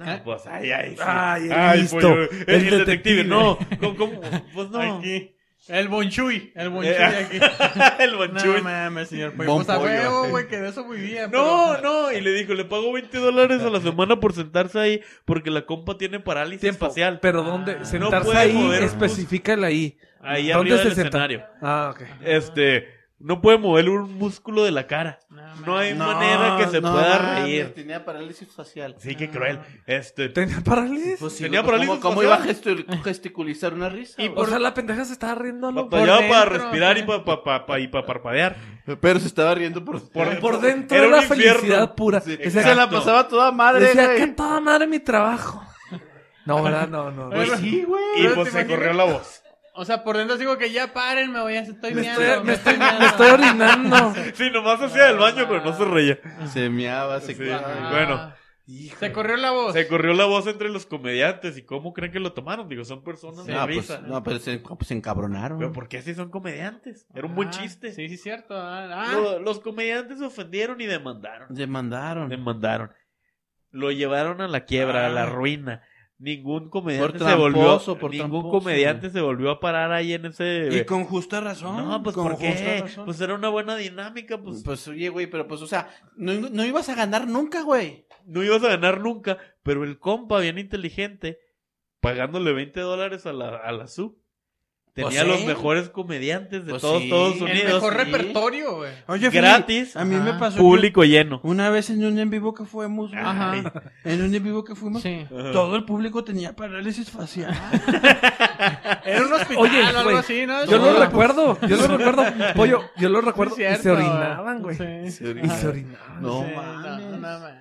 Ah, pues, ay, ay, sí.
Ay, el listo,
pollo, el, el
el
detective,
detective.
no, ¿cómo, cómo? pues no.
Aquí. El Bonchuy. El Bonchuy
Eh,
aquí.
*laughs* el
No
bonchuy.
mames, señor Pollo.
Bon
Pues a
Pollo.
huevo, güey, que de eso vivía.
No,
pero-
no, y le dijo, le pago 20 dólares a la semana por sentarse ahí porque la compa tiene parálisis
Tiempo.
facial.
Pero ¿dónde?
Ah.
Sentarse
No puede
ahí,
mover un bus.
especifícala ahí.
Ahí
¿Dónde
arriba
se
del
senta?
escenario.
Ah, ok.
Este, no puede mover un músculo de la cara.
No,
No hay
mames.
manera que se
no
pueda
mames,
reír.
Tenía parálisis facial.
Sí, qué cruel. Este,
¿Tenía parálisis?
Pues sí,
Tenía
güey,
parálisis
¿Cómo, cómo iba a
facial.
gestul- gesticular una risa?
Y
güey?
o sea, la pendeja se estaba riendo a lo por,
batallaba para
dentro,
respirar y
¿no?
para parpadear.
Pero se estaba riendo por...
Por-
por dentro
Era
era,
un
la
infierno.
felicidad pura.
Sí,
Decía,
se la pasaba toda madre,
decía que
güey.
toda madre mi trabajo. No, ¿verdad? No, no. no.
Pues
Sí, güey.
Y
¿te
pues se
imaginas?
corrió la voz. *laughs*
O sea, por dentro digo que ya párenme, güey. Ya se estoy
Me
meando.
estoy, me estoy-
meando.
me estoy orinando.
Sí, nomás hacía el baño, pero no se reía.
Se meaba, se
Sí.
Ah,
cuidaba.
Bueno.
Se corrió la voz.
Se corrió la voz entre los comediantes. ¿Y cómo creen que lo tomaron? Digo, son personas de
No, pues,
risa.
no, pero se, pues, se encabronaron.
Pero ¿por qué si son comediantes? Era un buen
Ah,
chiste.
Sí, sí, cierto. Ah, ah.
Lo- Los comediantes se ofendieron y demandaron.
Demandaron.
demandaron. Lo llevaron a la quiebra, a la
Ah.
ruina. Ningún comediante
Por
se volvió
tramposo, por
ningún
tramposo,
comediante se volvió a parar ahí en ese
Y con justa razón.
No, pues
con
¿por
justa
qué?
razón.
Pues era una buena dinámica, pues
Pues, pues, oye, güey, pero pues, o sea, no, no ibas a ganar nunca, güey.
no ibas a ganar nunca, pero el compa bien inteligente pagándole 20 dólares a la a la SU tenía
Pues
los
sí.
mejores comediantes de
Pues
todos
sí.
Estados
El
El
Unidos.
mejor
Sí.
repertorio, güey.
Oye, Fili,
gratis,
A mí
Ajá.
me pasó que
público lleno.
una vez en un en vivo que fuimos, güey,
Ajá.
Ay.
en un en vivo que fuimos,
Sí.
Ajá.
todo el público tenía parálisis facial.
Era un hospital
Oye,
o algo
güey,
así, ¿no? Ah.
Yo lo
No, pues,
recuerdo, yo lo recuerdo. Pollo, yo lo recuerdo.
sí,
y
cierto,
se orinaban, güey.
Sí.
Y se orinaban.
No,
Sí,
mames.
no, no mames.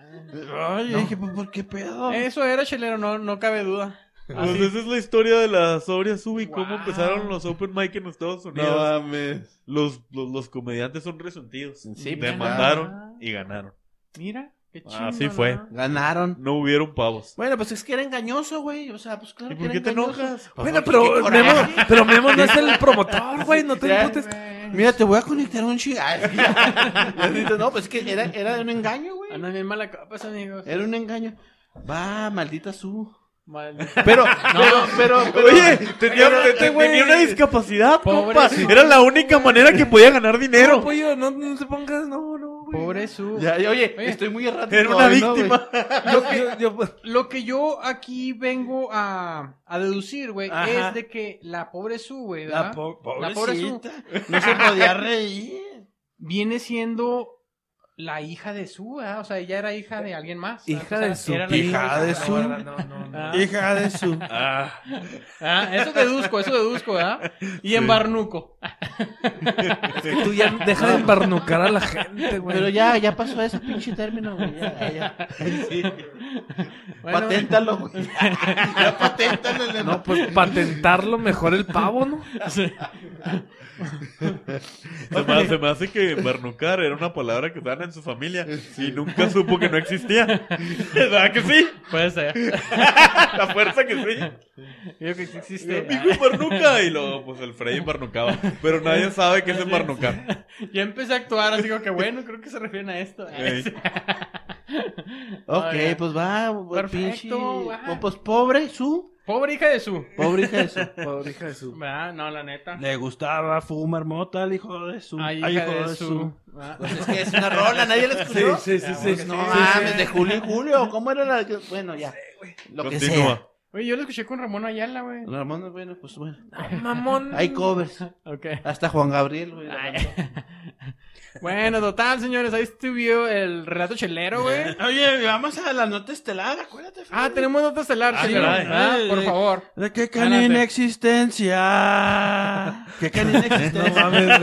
Ay, dije, pues, ¿por qué pedo?
Eh,
Eso era, chelero, no, no cabe duda.
Pues esa es la historia de la Soria Sub y cómo empezaron los open mic en Estados Unidos.
No mames.
los, los, los comediantes son resentidos.
Sí,
Mira.
Demandaron y ganaron.
Mira, qué chido.
Así fue.
Ganaron.
No hubieron pavos.
Bueno, pues es que era engañoso, güey. O sea, pues claro.
¿Y
que
por
era
qué te
engañoso.
enojas?
Pues
Bueno,
porque qué
pero
coraje.
Memo, pero Memo no es *laughs* el promotor, güey. No te
Ya.
imputes.
Mira, te voy a conectar un chingo.
ah,
no, pues es que era, era un engaño, güey.
Andan bien mala copas, amigos.
Era un engaño. Va, maldita su.
Maldito.
Pero, pero, pero, pero-
Oye, tenía, te- te- tenía una discapacidad, compa. Era la única manera que podía ganar
No,
dinero.
pues,
pollo, no, no te pongas, no, no, güey.
Pobre su.
Ya, ya, oye,
Oye.
estoy muy errático.
Era una
hoy, ¿no, güey?
víctima.
Yo, yo, yo-
Lo que yo aquí vengo a, a deducir, güey,
Ajá.
es de que la pobre su, güey,
La
¿verdad?
po-
La pobre Su
pobrecita. No se podía reír.
viene siendo la hija de su, ¿verdad? O sea, ella era hija de alguien más. ¿verdad?
Hija
O sea,
de su
era la
hija de su.
No, no, no, no.
Ah,
Hija de su.
Ah,
ah, eso deduzco, eso deduzco, ¿verdad? Y en Barnuco.
Ah,
Tú ya deja de embarnucar a la gente, güey.
Pero ya, ya pasó ese pinche término, güey. Ya, ya. Sí.
Bueno,
Paténtalo, *laughs* güey. Ya paténtalo. el-
No, pues patentarlo mejor el pavo, ¿no?
se, me, se me hace que barnucar era una palabra que usaban en su familia y nunca supo que
*laughs*
no existía. ¿Verdad que sí?
Puede ser.
La fuerza que sí.
Yo creo que sí existe.
Mi hijo es barnuca y luego pues el Freddy barnucaba. Pero nadie sabe qué es el barnucar.
Ya empecé a actuar, así como que bueno, creo que se refieren a esto.
Ey.
Ok,
Oiga.
pues va, güey,
Perfecto,
pinche.
va.
po- Pues pobre su.
*laughs* Pobre hija de su.
Pobre hija de su.
Pobre hija de su.
¿Verdad? No, la neta.
Le gustaba fumar mota al hijo de su.
Ay, hija,
Ay,
de, su. ¿verdad?
Pues es que es una rola, nadie la escuchó.
Sí, sí, sí. sí.
No mames, de julio en julio. ¿Cómo era la que.? Bueno, ya. Lo que sea.
Continúa.
Oye, yo lo escuché con Ramón Ayala, güey.
Ramón, bueno, pues bueno.
Mamón.
Hay covers.
Ok.
Hasta Juan Gabriel, güey.
Ay. Bueno, total, señores, ahí estuvo el relato chelero, güey.
Oye, vamos a la nota estelar, acuérdate.
Ah, tenemos nota estelar,
Ah,
chelero.
caray.
Ah, por favor.
¿De qué
Adelante.
canina existencia? ¿Qué canina existencia?
No
*laughs*
mames, güey.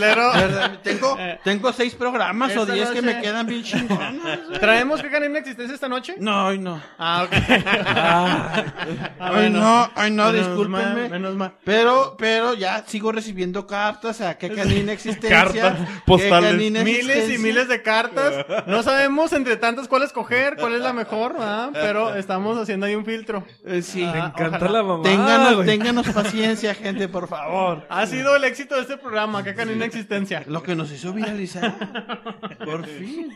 Verdad, Tengo, tengo seis programas o
Esta
diez que
noche.
me quedan bien chingones. güey.
¿Traemos que ganen existencia esta noche?
No, hoy no.
Ah, ok. *laughs* Ah,
Hoy
bueno.
no, hoy no,
Menos
discúlpenme.
mal, menos mal.
Pero, pero ya sigo recibiendo cartas a qué canina existencia.
Cartas,
qué
postales.
canina
Miles y
existencia.
miles de cartas. No sabemos entre tantas cuál escoger, cuál es la mejor, ¿verdad? Pero estamos haciendo ahí un filtro.
Eh, sí.
Me encanta la mamá.
Ténganos,
Ah, güey.
ténganos paciencia, gente, por favor.
Ha sido el éxito de este programa, que canina existencia.
Lo que nos hizo viralizar. Por fin.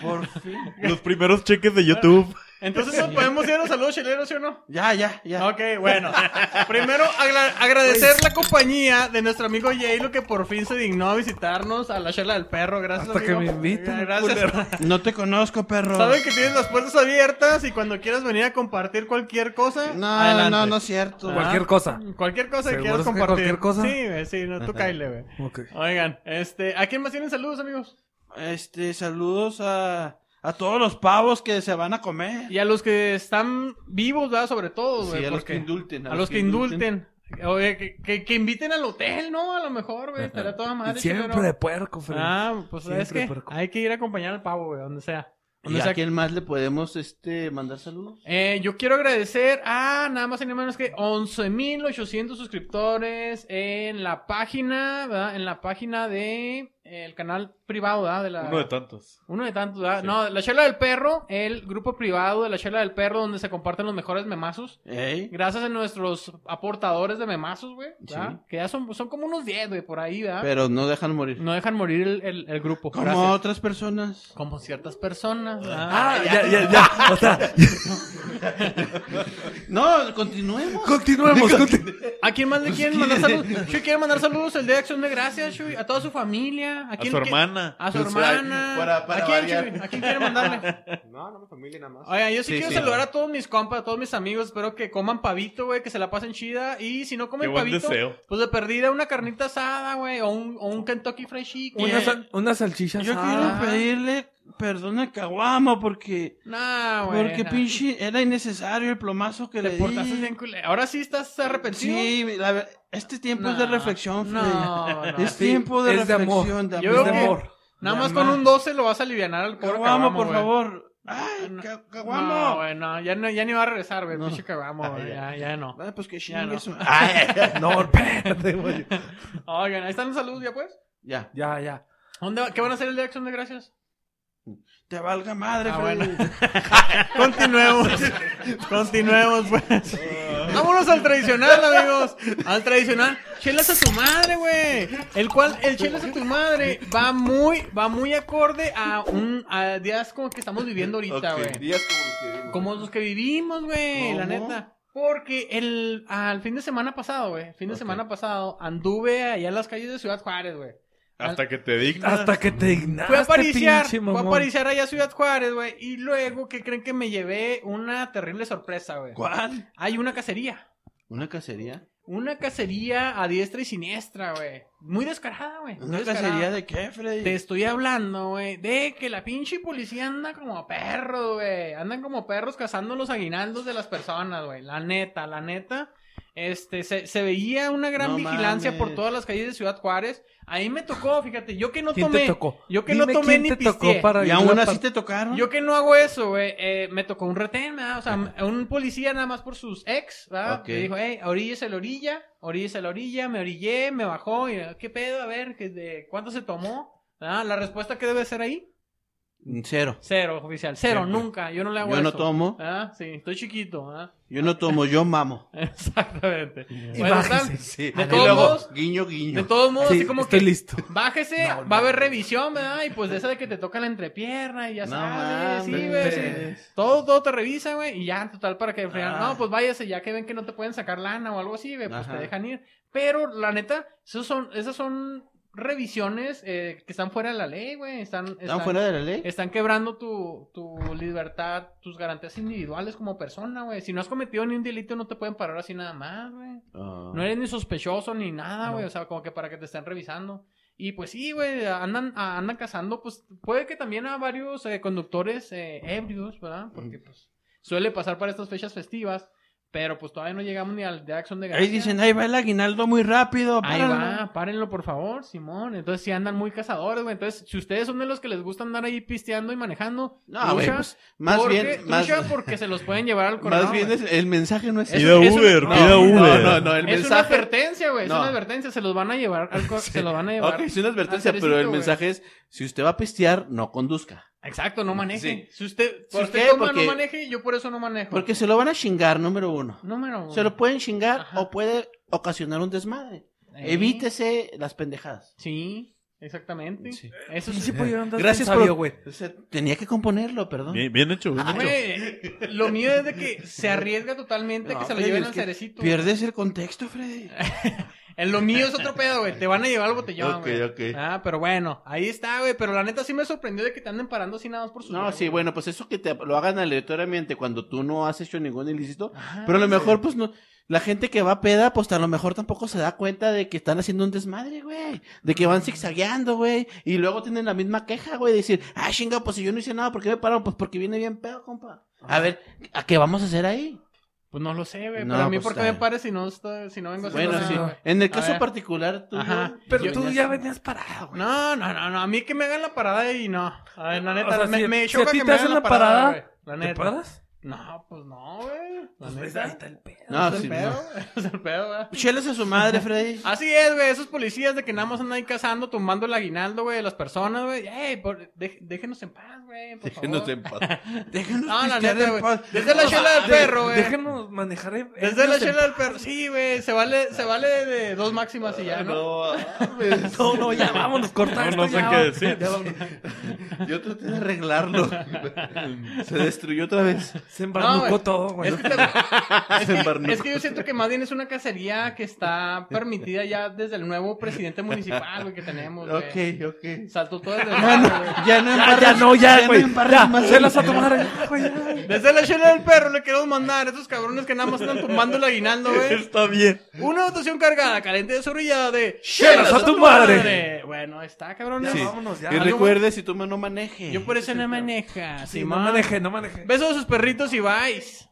Por fin.
Los primeros cheques de YouTube.
Entonces, ¿podemos ir a los saludos chileros, sí o no?
Ya, ya, ya.
Ok, bueno. Primero, agra- agradecer la compañía de nuestro amigo Yalo que por fin se dignó a visitarnos a la charla del perro. Gracias,
Hasta que
amigo.
me invitan,
Gracias.
No te conozco, perro.
Saben que tienes las puertas abiertas y cuando quieras venir a compartir cualquier cosa,
No,
adelante.
no, no es cierto.
Ah.
Cualquier cosa.
Cualquier cosa que
¿Seguro
quieras
es que
compartir.
cualquier cosa?
Sí, güey, sí, no, tú cáile, güey.
Ok.
Oigan, este, ¿a quién más tienen saludos, amigos?
Este, saludos a, a todos los pavos que se van a comer.
Y a los que están vivos, ¿verdad? Sobre todo,
Sí,
güey.
a los
porque-
que indulten.
A los que indulten. Oye, que, que, que inviten al hotel, ¿no? A lo mejor, güey. Estará toda madre.
Siempre
pero-
de puerco, Freddy.
Ah, pues es
Siempre
que
puerco.
hay que ir a acompañar al pavo, güey, donde sea.
¿Y
Donde
a
sea.
quién más le podemos este, mandar saludos?
Eh, yo quiero agradecer a nada más y nada menos que 11.800 suscriptores en la página, ¿verdad? En la página de eh, el canal privado, ¿verdad?
Ah.
De la...
Uno de tantos.
Uno de tantos, ¿verdad?
Sí.
No, la charla del perro, el grupo privado de la charla del perro donde se comparten los mejores memazos.
¿Eh?
Gracias a nuestros aportadores de memazos, güey. ¿verdad?
Sí.
Que ya son, son como unos 10, güey, por ahí, ¿verdad?
Pero no dejan *laughs* morir.
No dejan morir el, el- el grupo.
Como
Gracias.
otras personas.
Como ciertas personas. ¿verdad?
Ah, ya,
*laughs*
ya, ya. O sea,
No, continuemos.
continuemos. continu-
¿A quién más le quieren mandar saludos? Yo quiero mandar saludos el Día de Acción de Gracias, Chuy. A toda su familia. A,
A
quién
su
que-
hermana.
A su
O sea,
hermana.
Pues, para- para
¿A quién,
variar.
Chuy? ¿A quién quiere mandarle?
No, no, mi familia nada más.
Oiga, yo sí,
Sí,
quiero
sí.
saludar a todos mis compas, a todos mis amigos. Espero que coman pavito, güey, que se la pasen chida. Y si no
Qué
comen
buen
pavito,
deseo.
pues de perdida una carnita asada, güey, o un, o un Kentucky Fried Chicken.
Una, sal- una salchicha
Yo
asada.
Ah.
quiero pedirle perdón a Caguamo porque.
Nah, güey.
Porque
nah.
pinche era innecesario el plomazo que
Ah, Te
le di.
portaste bien culero. Ahora sí estás arrepentido.
Sí, la ver- este tiempo es de
Nah.
reflexión,
No,
Freddy.
no.
Es
Sí,
tiempo de
es de amor.
reflexión, de
Yo
Es
creo
de
que-
amor.
Nada
Mi
más
mamá.
con un 12 lo vas a aliviar al pobre
Caguamo,
Caguamo,
por
güey.
favor. ¡Ay, ca- caguamo!
No, güey, no, ya, no, ya ni va a regresar, güey. el
No.
Pinche caguamo, güey.
Ah,
Ya, ya no.
Ah, pues que
Ya
chingue
no. Ah.
su-
Ay,
No, espérate, güey.
Oigan, ahí están los saludos ya, pues.
ya.
Ya, ya.
¿Dónde va- ¿Qué van a hacer el de Acción de Gracias?
*laughs* Te valga madre,
Ah,
Freddy.
Continuemos. Continuemos, pues. Vámonos al tradicional, amigos. Al tradicional. Chelas a tu madre, güey. El cual, el chelas a tu madre va muy, va muy acorde a un, a días como que estamos viviendo ahorita,
Ok,
güey.
días como los que-
Como los que vivimos, güey, la
¿Cómo?
neta. Porque el al fin de semana pasado, güey, fin de semana pasado, anduve allá en las calles de Ciudad Juárez, güey.
Hasta que te dignas.
Hasta que te ignaste,
Fui a pariciar,
Ah, este pinche
fui a
mamón.
pariciar allá a Ciudad Juárez, güey, y luego que creen que me llevé una terrible sorpresa, güey.
*laughs* ¿Cuál?
Hay una cacería,
¿Una cacería?
una cacería a diestra y siniestra, güey. Muy descarada, güey. muy
¿Una
descarada.
cacería de qué, Freddy?
Te estoy hablando, güey, de que la pinche policía anda como perros, güey. Andan como perros cazando los aguinaldos de las personas, güey. La neta, la neta. Este, se, se veía una gran
No
vigilancia por
mames.
todas las calles de Ciudad Juárez. Ahí me tocó, fíjate, yo que no
¿Quién
tomé.
te tocó?
Yo que
Dime
no tomé
quién
ni
te tocó
pisteé.
para
¿Y
ir a
aún
la
así
par-
te tocaron?
Yo que no hago eso, güey. eh, me tocó un retén, ¿verdad? O sea, un policía nada más por sus ex, ¿verdad?
Ok.
Me dijo, hey, oríllese la orilla, oríllese la orilla, me orillé, me bajó. Y, ¿Qué pedo? A ver, ¿qué- de ¿cuánto se tomó? ¿Verdad? La respuesta que debe ser ahí,
Cero.
cero, oficial. Cero, nunca. Yo no le hago
Yo
eso.
no tomo,
¿verdad? Sí, estoy chiquito, ¿verdad? *laughs*
yo no tomo,
*laughs*
yo mamo.
Exactamente.
Y
Bueno,
bájese.
tal,
Sí.
De
Y
todos
luego,
modos-
Guiño, guiño.
de todos modos,
Sí,
así como
estoy
que...
listo.
Bájese,
No,
va a haber
no.
revisión, ¿verdad? Y pues de esa de que te toca la entrepierna y ya
No
sabes. Sí,
mames.
güey. sí. Todo, todo te revisa, güey, y ya, total, para que fregan, no, pues váyase, ya que ven que no te pueden sacar lana o algo así, güey, pues
Ah. Ajá.
te dejan ir. Pero, la neta, esos son, esas son revisiones eh, que están fuera de la ley, güey, están, están,
¿Están fuera de la ley?
están quebrando tu, tu libertad, tus garantías individuales como persona, güey. Si no has cometido ni un delito, no te pueden parar así nada más, güey.
Ah.
No eres ni sospechoso ni nada,
No.
güey. O sea, como que para que te estén revisando. Y pues sí, güey, andan, a- andan cazando, pues puede que también a varios eh, conductores eh, ebrios, ¿verdad? Porque pues suele pasar para estas fechas festivas, pero pues todavía no llegamos ni al de Acción de
Ahí
Gracias.
dicen, ahí va el aguinaldo muy rápido.
Ahí
páralo.
va, párenlo por favor, Simón. Entonces sí andan muy cazadores, güey. Entonces, si ustedes son de los que les gusta andar ahí pisteando y manejando,
No, güey,
trucha,
pues, más
porque-
bien, más, *laughs*
trucha porque se los pueden llevar al corazón.
más bien es- el mensaje no es
Es-
eso.
Pida
es una-
Uber,
no,
pida
no,
Uber.
No, no, no, el
es una
mensaje...
advertencia, güey. Es
No.
una advertencia. Se los van a llevar al
*laughs*
co- se los van a llevar.
Ok, es una advertencia,
al cerecito,
pero el
güey.
mensaje es, si usted va a pistear, no conduzca.
Exacto, no maneje.
Sí.
Si usted, si
¿Por
usted
qué?
toma,
Porque-
no maneje. Yo por eso no manejo.
Porque se lo van a chingar, número uno.
Número uno.
Se lo pueden chingar
Ajá.
o puede ocasionar un desmadre.
Eh,
Evítese las pendejadas.
Sí, exactamente.
Sí.
Eso
Sí,
sí.
sí, pues, yo ando
Gracias
bien sabio,
por-
güey.
Se- Tenía que componerlo, perdón.
Bien, bien hecho, bien hecho.
Ah, Güey, lo mío es de que se arriesga totalmente a que
No,
se lo
Freddy,
lleven
es
al
que
cerecito.
Pierdes el contexto, Freddy.
En lo mío es otro pedo, güey. Te van a llevar al botellón,
*laughs* Ok,
güey.
ok.
Ah, pero bueno, ahí está, güey. Pero la neta sí me sorprendió de que te anden parando así nada más por su.
No, sí, bueno, pues eso que te lo hagan aleatoriamente cuando tú no has hecho ningún ilícito,
Ajá,
pero a lo mejor pues no la gente que va peda, pues a lo mejor tampoco se da cuenta de que están haciendo un desmadre, güey, de que van zigzagueando, güey, y luego tienen la misma queja, güey, de decir, "Ah, chinga, pues si yo no hice nada, ¿por qué me pararon? Pues porque viene bien pedo, compa." A ver, ¿a qué vamos a hacer ahí?
Pues no lo sé, güey.
No,
pero a mí,
pues,
¿por qué
está
me
bien.
pares si no, estoy- si no vengo haciendo
Bueno,
nada,
sí.
güey?
En el
A
caso
ver.
particular tú
Ajá.
Pero
Yo-
tú ya venías parado, güey.
No, no, no, no. A mí que me hagan la parada y no. A ver, la neta,
O sea,
me,
si-
me
si
choca
a ti
que
te
me
hacen
hagan la
la
parada,
parada,
güey. La
¿Te
neta.
paras?
No, pues no, güey. La
Pues ves,
neta.
ahí está el pedo.
No,
es el
sí,
pedo,
no.
güey. *laughs* Es el pedo, güey.
Chelas a su madre, Freddy.
Así es, güey, esos policías de que nada más andan ahí cazando, tumbando el aguinaldo, güey, de las personas, güey. Ey, por- dej- déjenos en paz, güey, por
*laughs* Déjenos
favor.
en *laughs* paz.
Déjanos
No, la
pistear
neta,
en
güey.
paz.
Desde la chela del perro, güey.
Déjenos manejar. en-
Desde la
en-
chela del perro. Sí, güey, se vale, se vale de dos máximas y ya, ¿no?
No,
No, no, ya vámonos, corta
No,
esto,
no sé
ya,
qué
va.
decir.
Ya vámonos.
*laughs* Yo traté de *laughs* arreglarlo. Se destruyó otra vez.
Se embarnucó
güey.
todo, güey.
Es que, te- es que-
embarnó.
es que yo siento que más bien es una cacería que está permitida ya desde el nuevo presidente municipal, güey, que tenemos, güey.
Ok, ok.
Saltó todo desde
Ya *laughs* no, ya no
Ya,
embarras-
ya no, ya,
no
güey.
embarras
Ya,
más.
se las a tomar, ya, güey. ya.
Desde la chela del perro le queremos mandar a esos cabrones que nada más están tumbando el aguinaldo, güey.
está bien.
Una dotación cargada, caliente de zorrilla de
¡Chelas a tu madre!
Bueno, ahí está, cabrones.
Ya, vámonos, ya.
Y recuerde, si tú no maneje.
Yo por eso no maneja.
Sí, no maneje, no maneje.
Besos a sus perritos y vais.